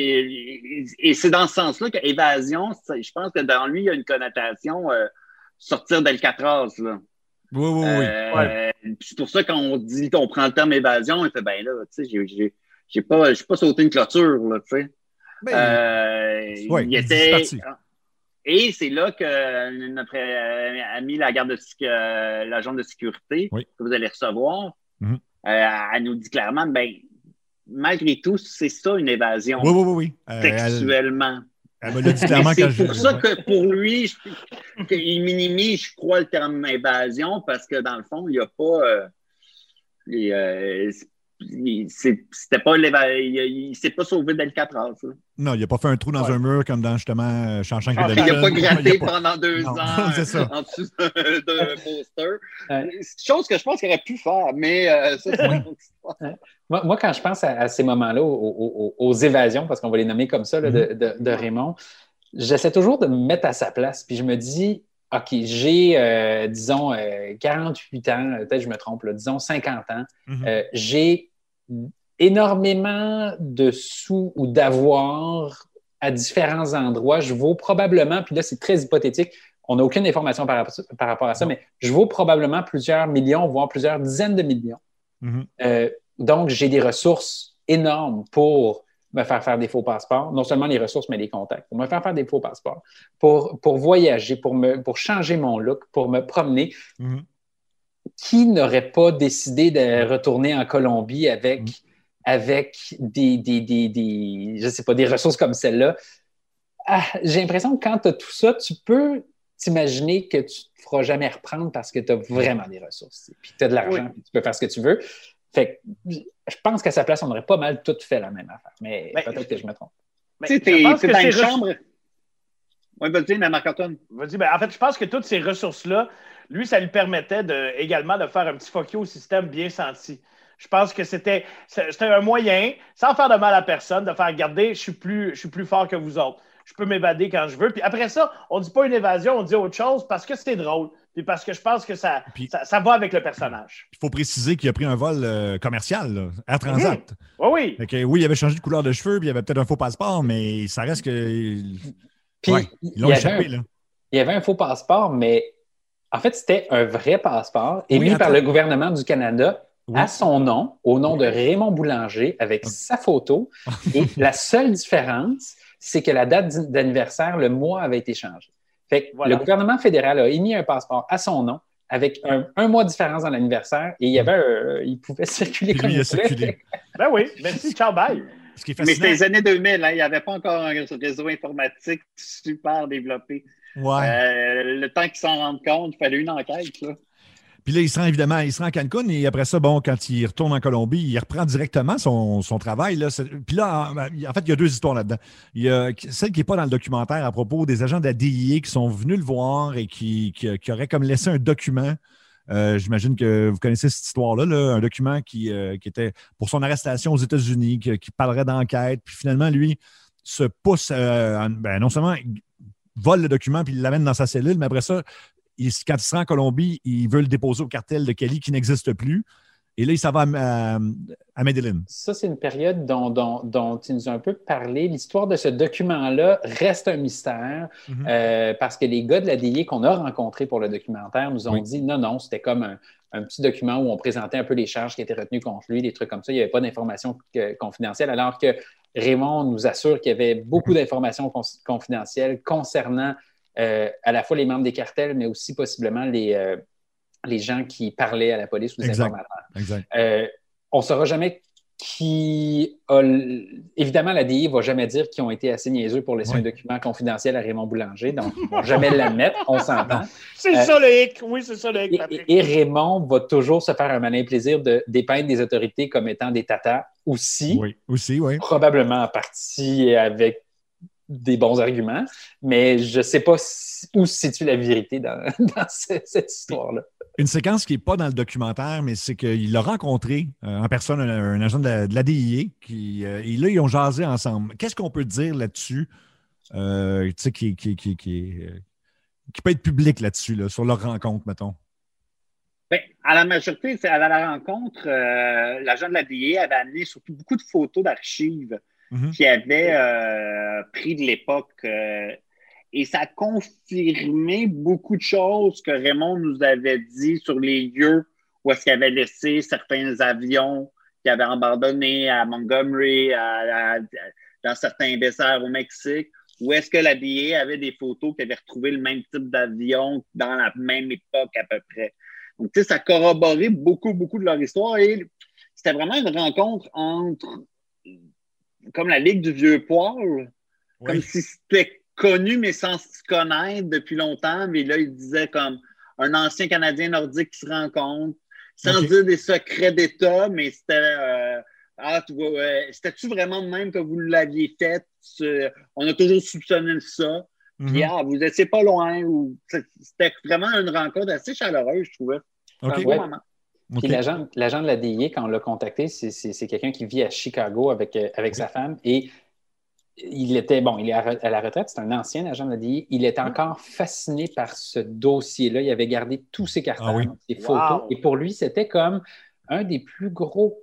c'est- et c'est dans ce sens-là qu'évasion, c'est- je pense que dans lui, il y a une connotation euh, sortir d'Alcatraz. là.
Oui, oui, oui.
Euh,
Ouais.
puis C'est pour ça qu'on dit qu'on prend le terme évasion, il fait ben là, tu sais, j'ai- j'ai- j'ai pas, j'ai pas sauté une clôture, là, tu sais.
Ben,
Euh,
Ouais,
il
il
était-
parti.
Et c'est là que notre euh, amie, la garde de sécu- euh, l'agent de sécurité,
Oui.
que vous allez recevoir,
Mhm.
euh, elle nous dit clairement, ben, malgré tout, c'est ça une évasion
oui, oui, oui, oui. Euh, elle,
textuellement.
elle me l'a dit
Mais
clairement quand
c'est
je.
pour ça que pour lui, je- qu'il minimise, je crois, le terme évasion parce que dans le fond, il n'y a pas. euh, les, euh, il- c'est- c'était pas l'éva- il, il s'est pas sauvé d'Alcatraz. là.
Non, il n'a pas fait un trou dans
Ouais.
un mur comme dans justement euh, Shawshank
Ah,
Il
Redemption.
n'a pas gratté
Il a pas-
pendant deux
Non,
ans
c'est ça.
en dessous d'un poster.
Ouais.
Chose que je pense qu'il aurait pu faire, mais euh, ça, c'est une autre histoire.
Moi, moi, quand je pense à, à ces moments-là, aux, aux- aux- aux évasions, parce qu'on va les nommer comme ça, là, de, de- de Raymond, j'essaie toujours de me mettre à sa place. Puis je me dis, OK, j'ai, euh, disons, euh, 48 ans, euh, peut-être je me trompe, là, disons 50 ans.
Mhm.
Euh, j'ai énormément de sous ou d'avoirs à différents endroits. Je vaux probablement, puis là, c'est très hypothétique, on n'a aucune information par, rapport- par rapport à ça, mais je vaux probablement plusieurs millions, voire plusieurs dizaines de millions.
Mhm.
Euh, donc, j'ai des ressources énormes pour me faire faire des faux passeports, non seulement les ressources, mais les contacts, pour me faire faire des faux passeports, pour, pour voyager, pour, me, pour changer mon look, pour me promener.
Mhm.
Qui n'aurait pas décidé de retourner en Colombie avec,
Mhm.
avec des, des, des, des- je sais pas, des ressources comme celle-là? Ah, j'ai l'impression que quand tu as tout ça, tu peux t'imaginer que tu ne te feras jamais reprendre parce que tu as vraiment des ressources, puis tu as de l'argent, puis tu peux faire ce que tu veux. Fait que je pense qu'à sa place, on aurait pas mal tout fait la même affaire. Mais
Ben,
peut-être que je me trompe.
Mais
Tu sais,
je
t'es
pense
t'es
que
dans
ces
une
ressources-
chambre. Oui, vas-y, mais Marc-Antoine.
Vas-y, ben, en fait, je pense que toutes ces ressources-là, lui, ça lui permettait de, également de faire un petit fuck you au système bien senti. Je pense que c'était c'était un moyen, sans faire de mal à personne, de faire regarder, je suis plus, je suis plus fort que vous autres. Je peux m'évader quand je veux. Puis après ça, on dit pas une évasion, on dit autre chose parce que c'était drôle. Puis parce que je pense que ça,
Puis-
ça, ça va avec le personnage.
Il faut préciser qu'il a pris un vol euh, commercial, là,
Mhm.
Air Transat.
Oui, oui.
Fait que oui, il avait changé de couleur de cheveux, puis il avait peut-être un faux passeport, mais ça reste que.
Puis,
Ouais,
il,
Ils
y
l'ont
avait un,
échappé, là.
il y avait un faux passeport, mais en fait, c'était un vrai passeport émis
attends.
par le gouvernement du Canada
Oui.
à son nom, au nom de Raymond Boulanger, avec sa photo. Et la seule différence, c'est que la date d'in- d'anniversaire, le mois avait été changé. Fait que
Voilà.
le gouvernement fédéral a émis un passeport à son nom avec un, un mois de différence dans l'anniversaire et il, y avait, un- il pouvait circuler
Puis
comme
lui, il a
il voulait.
circulé.
Ben oui. Merci, ciao, bye.
Euh,
Ce qui est
Mais c'était
fascinant.
les années 2000, hein, il n'y avait pas encore un réseau informatique super développé.
Ouais.
Euh, le temps qu'ils s'en rendent compte, il fallait une enquête. Là.
Puis là, il se rend évidemment, il se rend à Cancun et après ça, bon, quand il retourne en Colombie, il reprend directement son, son travail. Là. C'est- Puis là, en, en fait, il y a deux histoires là-dedans. Il y a celle qui n'est pas dans le documentaire à propos des agents de la DIA qui sont venus le voir et qui, qui, qui auraient comme laissé un document. Euh, J'imagine que vous connaissez cette histoire-là, là, un document qui, euh, qui était pour son arrestation aux États-Unis, qui, qui parlerait d'enquête. Puis finalement, lui, se pousse, euh, en- ben, non seulement il vole le document puis il l'amène dans sa cellule, mais après ça, il- quand il sera en Colombie, il veut le déposer au cartel de Kelly qui n'existe plus. Et là, il s'en va à, à- à Medellin.
Ça, c'est une période dont, dont, dont tu nous as un peu parlé. L'histoire de ce document-là reste un mystère
Mhm.
euh, parce que les gars de la DIA qu'on a rencontrés pour le documentaire nous ont dit non, non, c'était comme un, un petit document où on présentait un peu les charges qui étaient retenues contre lui, des trucs comme ça. Il n'y avait pas d'informations que- confidentielles, alors que Raymond nous assure qu'il y avait beaucoup d'informations cons- confidentielles concernant euh, à la fois les membres des cartels, mais aussi possiblement les, euh, les gens qui parlaient à la police ou les
Exact.
informateurs.
Exact.
Euh, on ne saura jamais qui a. l- Évidemment, la DI ne va jamais dire qu'ils ont été assez niaiseux pour laisser
Oui.
un document confidentiel à Raymond Boulanger, donc ils ne vont jamais l'admettre, on s'entend.
C'est
Euh,
ça le hic. Oui, c'est ça le hic,
Et,
Patrick.
et- et Raymond va toujours se faire un malin plaisir de dépeindre des autorités comme étant des tatas aussi,
Oui. Aussi, oui.
probablement en partie avec des bons arguments, mais je ne sais pas si- où se situe la vérité dans, dans ce- cette histoire-là.
Une séquence qui n'est pas dans le documentaire, mais c'est qu'il a rencontré euh, en personne un, un agent de la, de la DIA. Qui, euh, et là, ils ont jasé ensemble. Qu'est-ce qu'on peut dire là-dessus euh, tu sais, qui, qui, qui, qui, euh, qui peut être public là-dessus, là, sur leur rencontre, mettons?
Ben, à la majorité, c'est à la rencontre, euh, l'agent de la DIA avait amené surtout beaucoup de photos d'archives
Mhm.
qu'il avait euh, pris de l'époque. euh, et ça a confirmé beaucoup de choses que Raymond nous avait dit sur les lieux où est-ce qu'il avait laissé certains avions qu'il avait abandonnés à Montgomery, à- à- dans certains déserts au Mexique. Où est-ce que la DIA avait des photos qui avaient retrouvé le même type d'avion dans la même époque à peu près? Donc, tu sais, ça corroborait beaucoup, beaucoup de leur histoire et c'était vraiment une rencontre entre, comme la Ligue du Vieux Poil, comme si c'était connu mais sans se connaître depuis longtemps. Mais là, ils disaient comme un ancien Canadien nordique qui se rencontre, sans
Ok.
dire des secrets d'État, mais c'était. euh, ah, tu vois, ouais, c'était-tu vraiment de même que vous l'aviez fait? C'est- On a toujours soupçonné ça. Puis,
Mhm.
ah, vous étiez pas loin. Ou... C'était vraiment une rencontre assez chaleureuse, je trouvais.
Mhm. OK.
euh, Ouais.
moment.
OK.
Puis l'agent, l'agent de la DIA, quand on l'a contacté, c'est, c'est- c'est quelqu'un qui vit à Chicago avec, euh, avec sa femme et il était, bon, il est à, re- à la retraite, c'est un ancien agent de la DIA. Il était
Ah.
encore fasciné par ce dossier-là. Il avait gardé tous ses cartons,
Ah oui.
ses photos.
Wow.
Et pour lui, c'était comme un des plus gros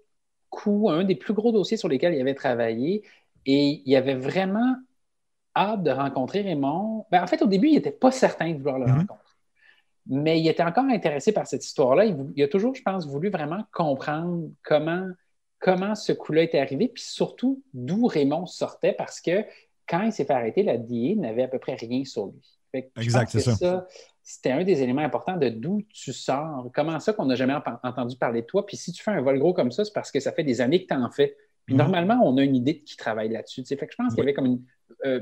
coups, un des plus gros dossiers sur lesquels il avait travaillé. Et il avait vraiment hâte de rencontrer Raymond. Ben, en fait, au début, il n'était pas certain de vouloir le
Mhm.
rencontrer. Mais il était encore intéressé par cette histoire-là. Il, vou- il a toujours, je pense, voulu vraiment comprendre comment, comment ce coup-là était arrivé, puis surtout d'où Raymond sortait, parce que quand il s'est fait arrêter, la DIA n'avait à peu près rien sur lui. Fait que je
Exact,
pense
c'est
que
ça.
C'était un des éléments importants de d'où tu sors. Comment ça qu'on n'a jamais en- entendu parler de toi? Puis si tu fais un vol gros comme ça, c'est parce que ça fait des années que tu en fais. Puis
Mhm.
normalement, on a une idée de qui travaille là-dessus. tu sais. Fait que je pense qu'il y avait comme une, euh,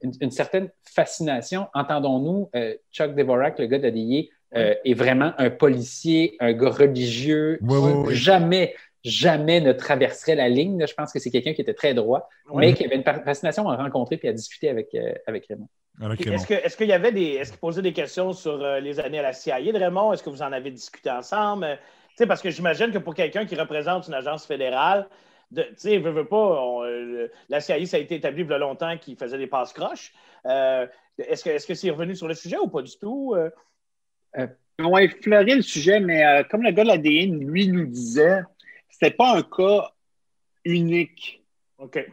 une- une certaine fascination. Entendons-nous, euh, Chuck Dvorak, le gars de la DIA, euh, est vraiment un policier, un gars religieux.
Oui,
qui
oui, oui.
Jamais, jamais ne traverserait la ligne. là. Je pense que c'est quelqu'un qui était très droit, mais qui avait une par- fascination à rencontrer puis à discuter avec, euh, avec Raymond.
Alors,
Puis
Raymond.
Est-ce que- est-ce qu'il y avait des. Est-ce qu'il posait des questions sur euh, les années à la CIA de Raymond? Est-ce que vous en avez discuté ensemble? Euh, tu sais, parce que j'imagine que pour quelqu'un qui représente une agence fédérale, de- tu sais, veut, veut pas, on, euh, la CIA, ça a été établi il y a longtemps qu'il faisait des passes croches. Euh, Est-ce que est-ce que c'est revenu sur le sujet ou pas du tout? Euh,
Ils ont effleuré le sujet, mais euh, comme le gars de l'ADN, lui, nous disait, c'était pas un cas unique.
OK.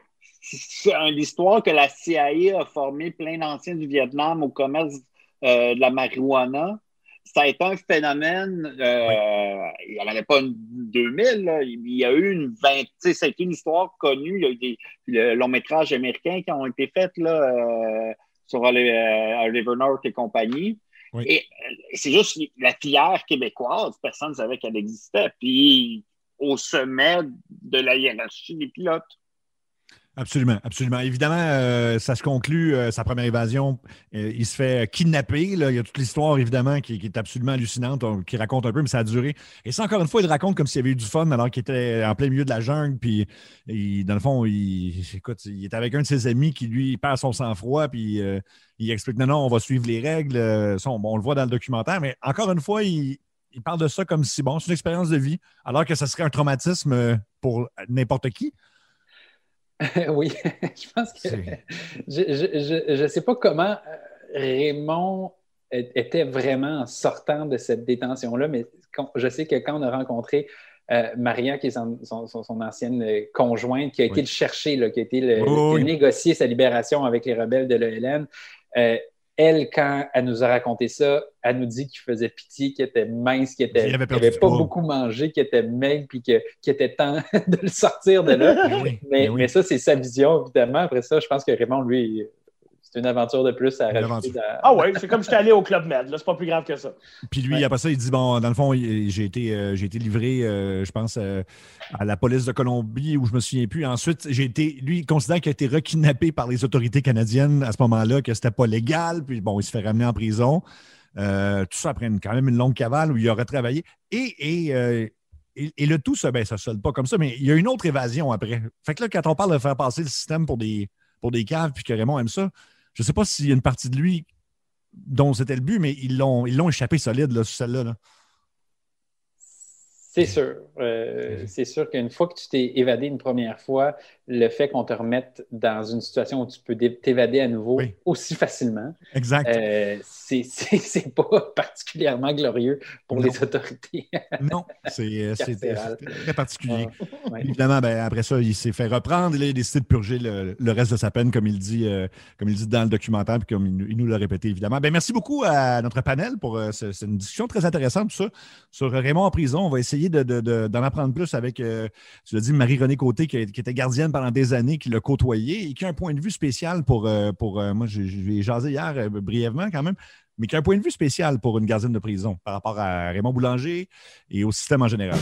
C'est un- l'histoire que la CIA a formé plein d'anciens du Vietnam au commerce euh, de la marijuana. Ça a été un phénomène, euh, il n'y en avait pas une 2000, là. il y a eu une 20, tu sais, ça a été une histoire connue, il y a eu des le longs métrages américains qui ont été faits là, euh, sur Oli- euh, Oliver North et compagnie.
Oui.
Et euh, c'est juste la filière québécoise, personne ne savait qu'elle existait. Puis au sommet de la hiérarchie des pilotes.
Absolument, absolument. Évidemment, euh, ça se conclut, euh, sa première évasion, euh, il se fait kidnapper. là. Il y a toute l'histoire, évidemment, qui, qui est absolument hallucinante, on- qui raconte un peu, mais ça a duré. Et ça, encore une fois, il raconte comme s'il y avait eu du fun alors qu'il était en plein milieu de la jungle. Puis, il- dans le fond, il, écoute, il est avec un de ses amis qui, lui, perd son sang-froid. Puis, euh, il explique non, non, on va suivre les règles. Euh, ça, on, on le voit dans le documentaire, mais encore une fois, il, il parle de ça comme si, bon, c'est une expérience de vie, alors que ça serait un traumatisme euh, pour n'importe qui.
oui, je pense que je ne sais pas comment euh, Raymond était vraiment en sortant de cette détention-là, mais quand- je sais que quand on a rencontré euh, Maria, qui est son, son- son- son ancienne euh, conjointe, qui a été le chercher, là, qui a été
Oui,
le-
oui,
qui a
oui.
négocié sa libération avec les rebelles de l'ELN, euh, elle, quand elle nous a raconté ça, elle nous dit qu'il faisait pitié, qu'il était mince, qu'il était,
Il avait
qu'il
perdu
avait
du
pas
poids.
beaucoup mangé, qu'il était maigre, puis que- qu'il était temps de le sortir de là.
Ben oui,
Mais,
ben oui.
mais ça, c'est sa vision, évidemment. Après ça, je pense que Raymond, lui, c'est une aventure de plus à
Une
rajouter.
aventure.
dans-
Ah ouais, c'est comme si j'étais allé au Club Med, là, c'est pas plus grave que ça.
Puis lui,
Ouais.
après ça, il dit Bon, dans le fond, il- j'ai été, euh, j'ai été livré, euh, je pense, euh, à la police de Colombie, où je me souviens plus. Ensuite, j'ai été, lui, il considère qu'il a été requinnappé par les autorités canadiennes à ce moment-là, que c'était pas légal. Puis bon, il se fait ramener en prison. Euh, tout ça après une- quand même une longue cavale où il aurait travaillé. Et, et, euh, et, et le tout, ça, ben, ça se solde pas comme ça, mais il y a une autre évasion après. Fait que là, quand on parle de faire passer le système pour des, pour des caves, puis que Raymond aime ça, je sais pas s'il y a une partie de lui dont c'était le but, mais ils l'ont, ils l'ont échappé solide là, sur celle-là. là.
C'est sûr. Euh, c'est sûr qu'une fois que tu t'es évadé une première fois, le fait qu'on te remette dans une situation où tu peux dé- t'évader à nouveau
Oui.
aussi facilement,
Exact.
euh, c'est- c'est c'est pas particulièrement glorieux pour
Non.
les autorités.
Non, c'est, euh, c'est-
carcéral.
c'est très particulier.
Ouais.
Évidemment, ben, après ça, il s'est fait reprendre. Il a décidé de purger le, le reste de sa peine, comme il dit, euh, comme il dit dans le documentaire, puis comme il, nous- il nous l'a répété, évidemment. Ben, merci beaucoup à notre panel pour euh, ce- c'est une discussion très intéressante, tout ça. Sur Raymond en prison, on va essayer de- de- de- d'en apprendre plus avec, euh, tu l'as dit, Marie-Renée Côté, qui, a- qui était gardienne pendant des années, qui l'a côtoyé et qui a un point de vue spécial pour. euh, pour euh, moi, j'ai- je l'ai jasé hier euh, brièvement quand même, mais qui a un point de vue spécial pour une gardienne de prison par rapport à Raymond Boulanger et au système en général.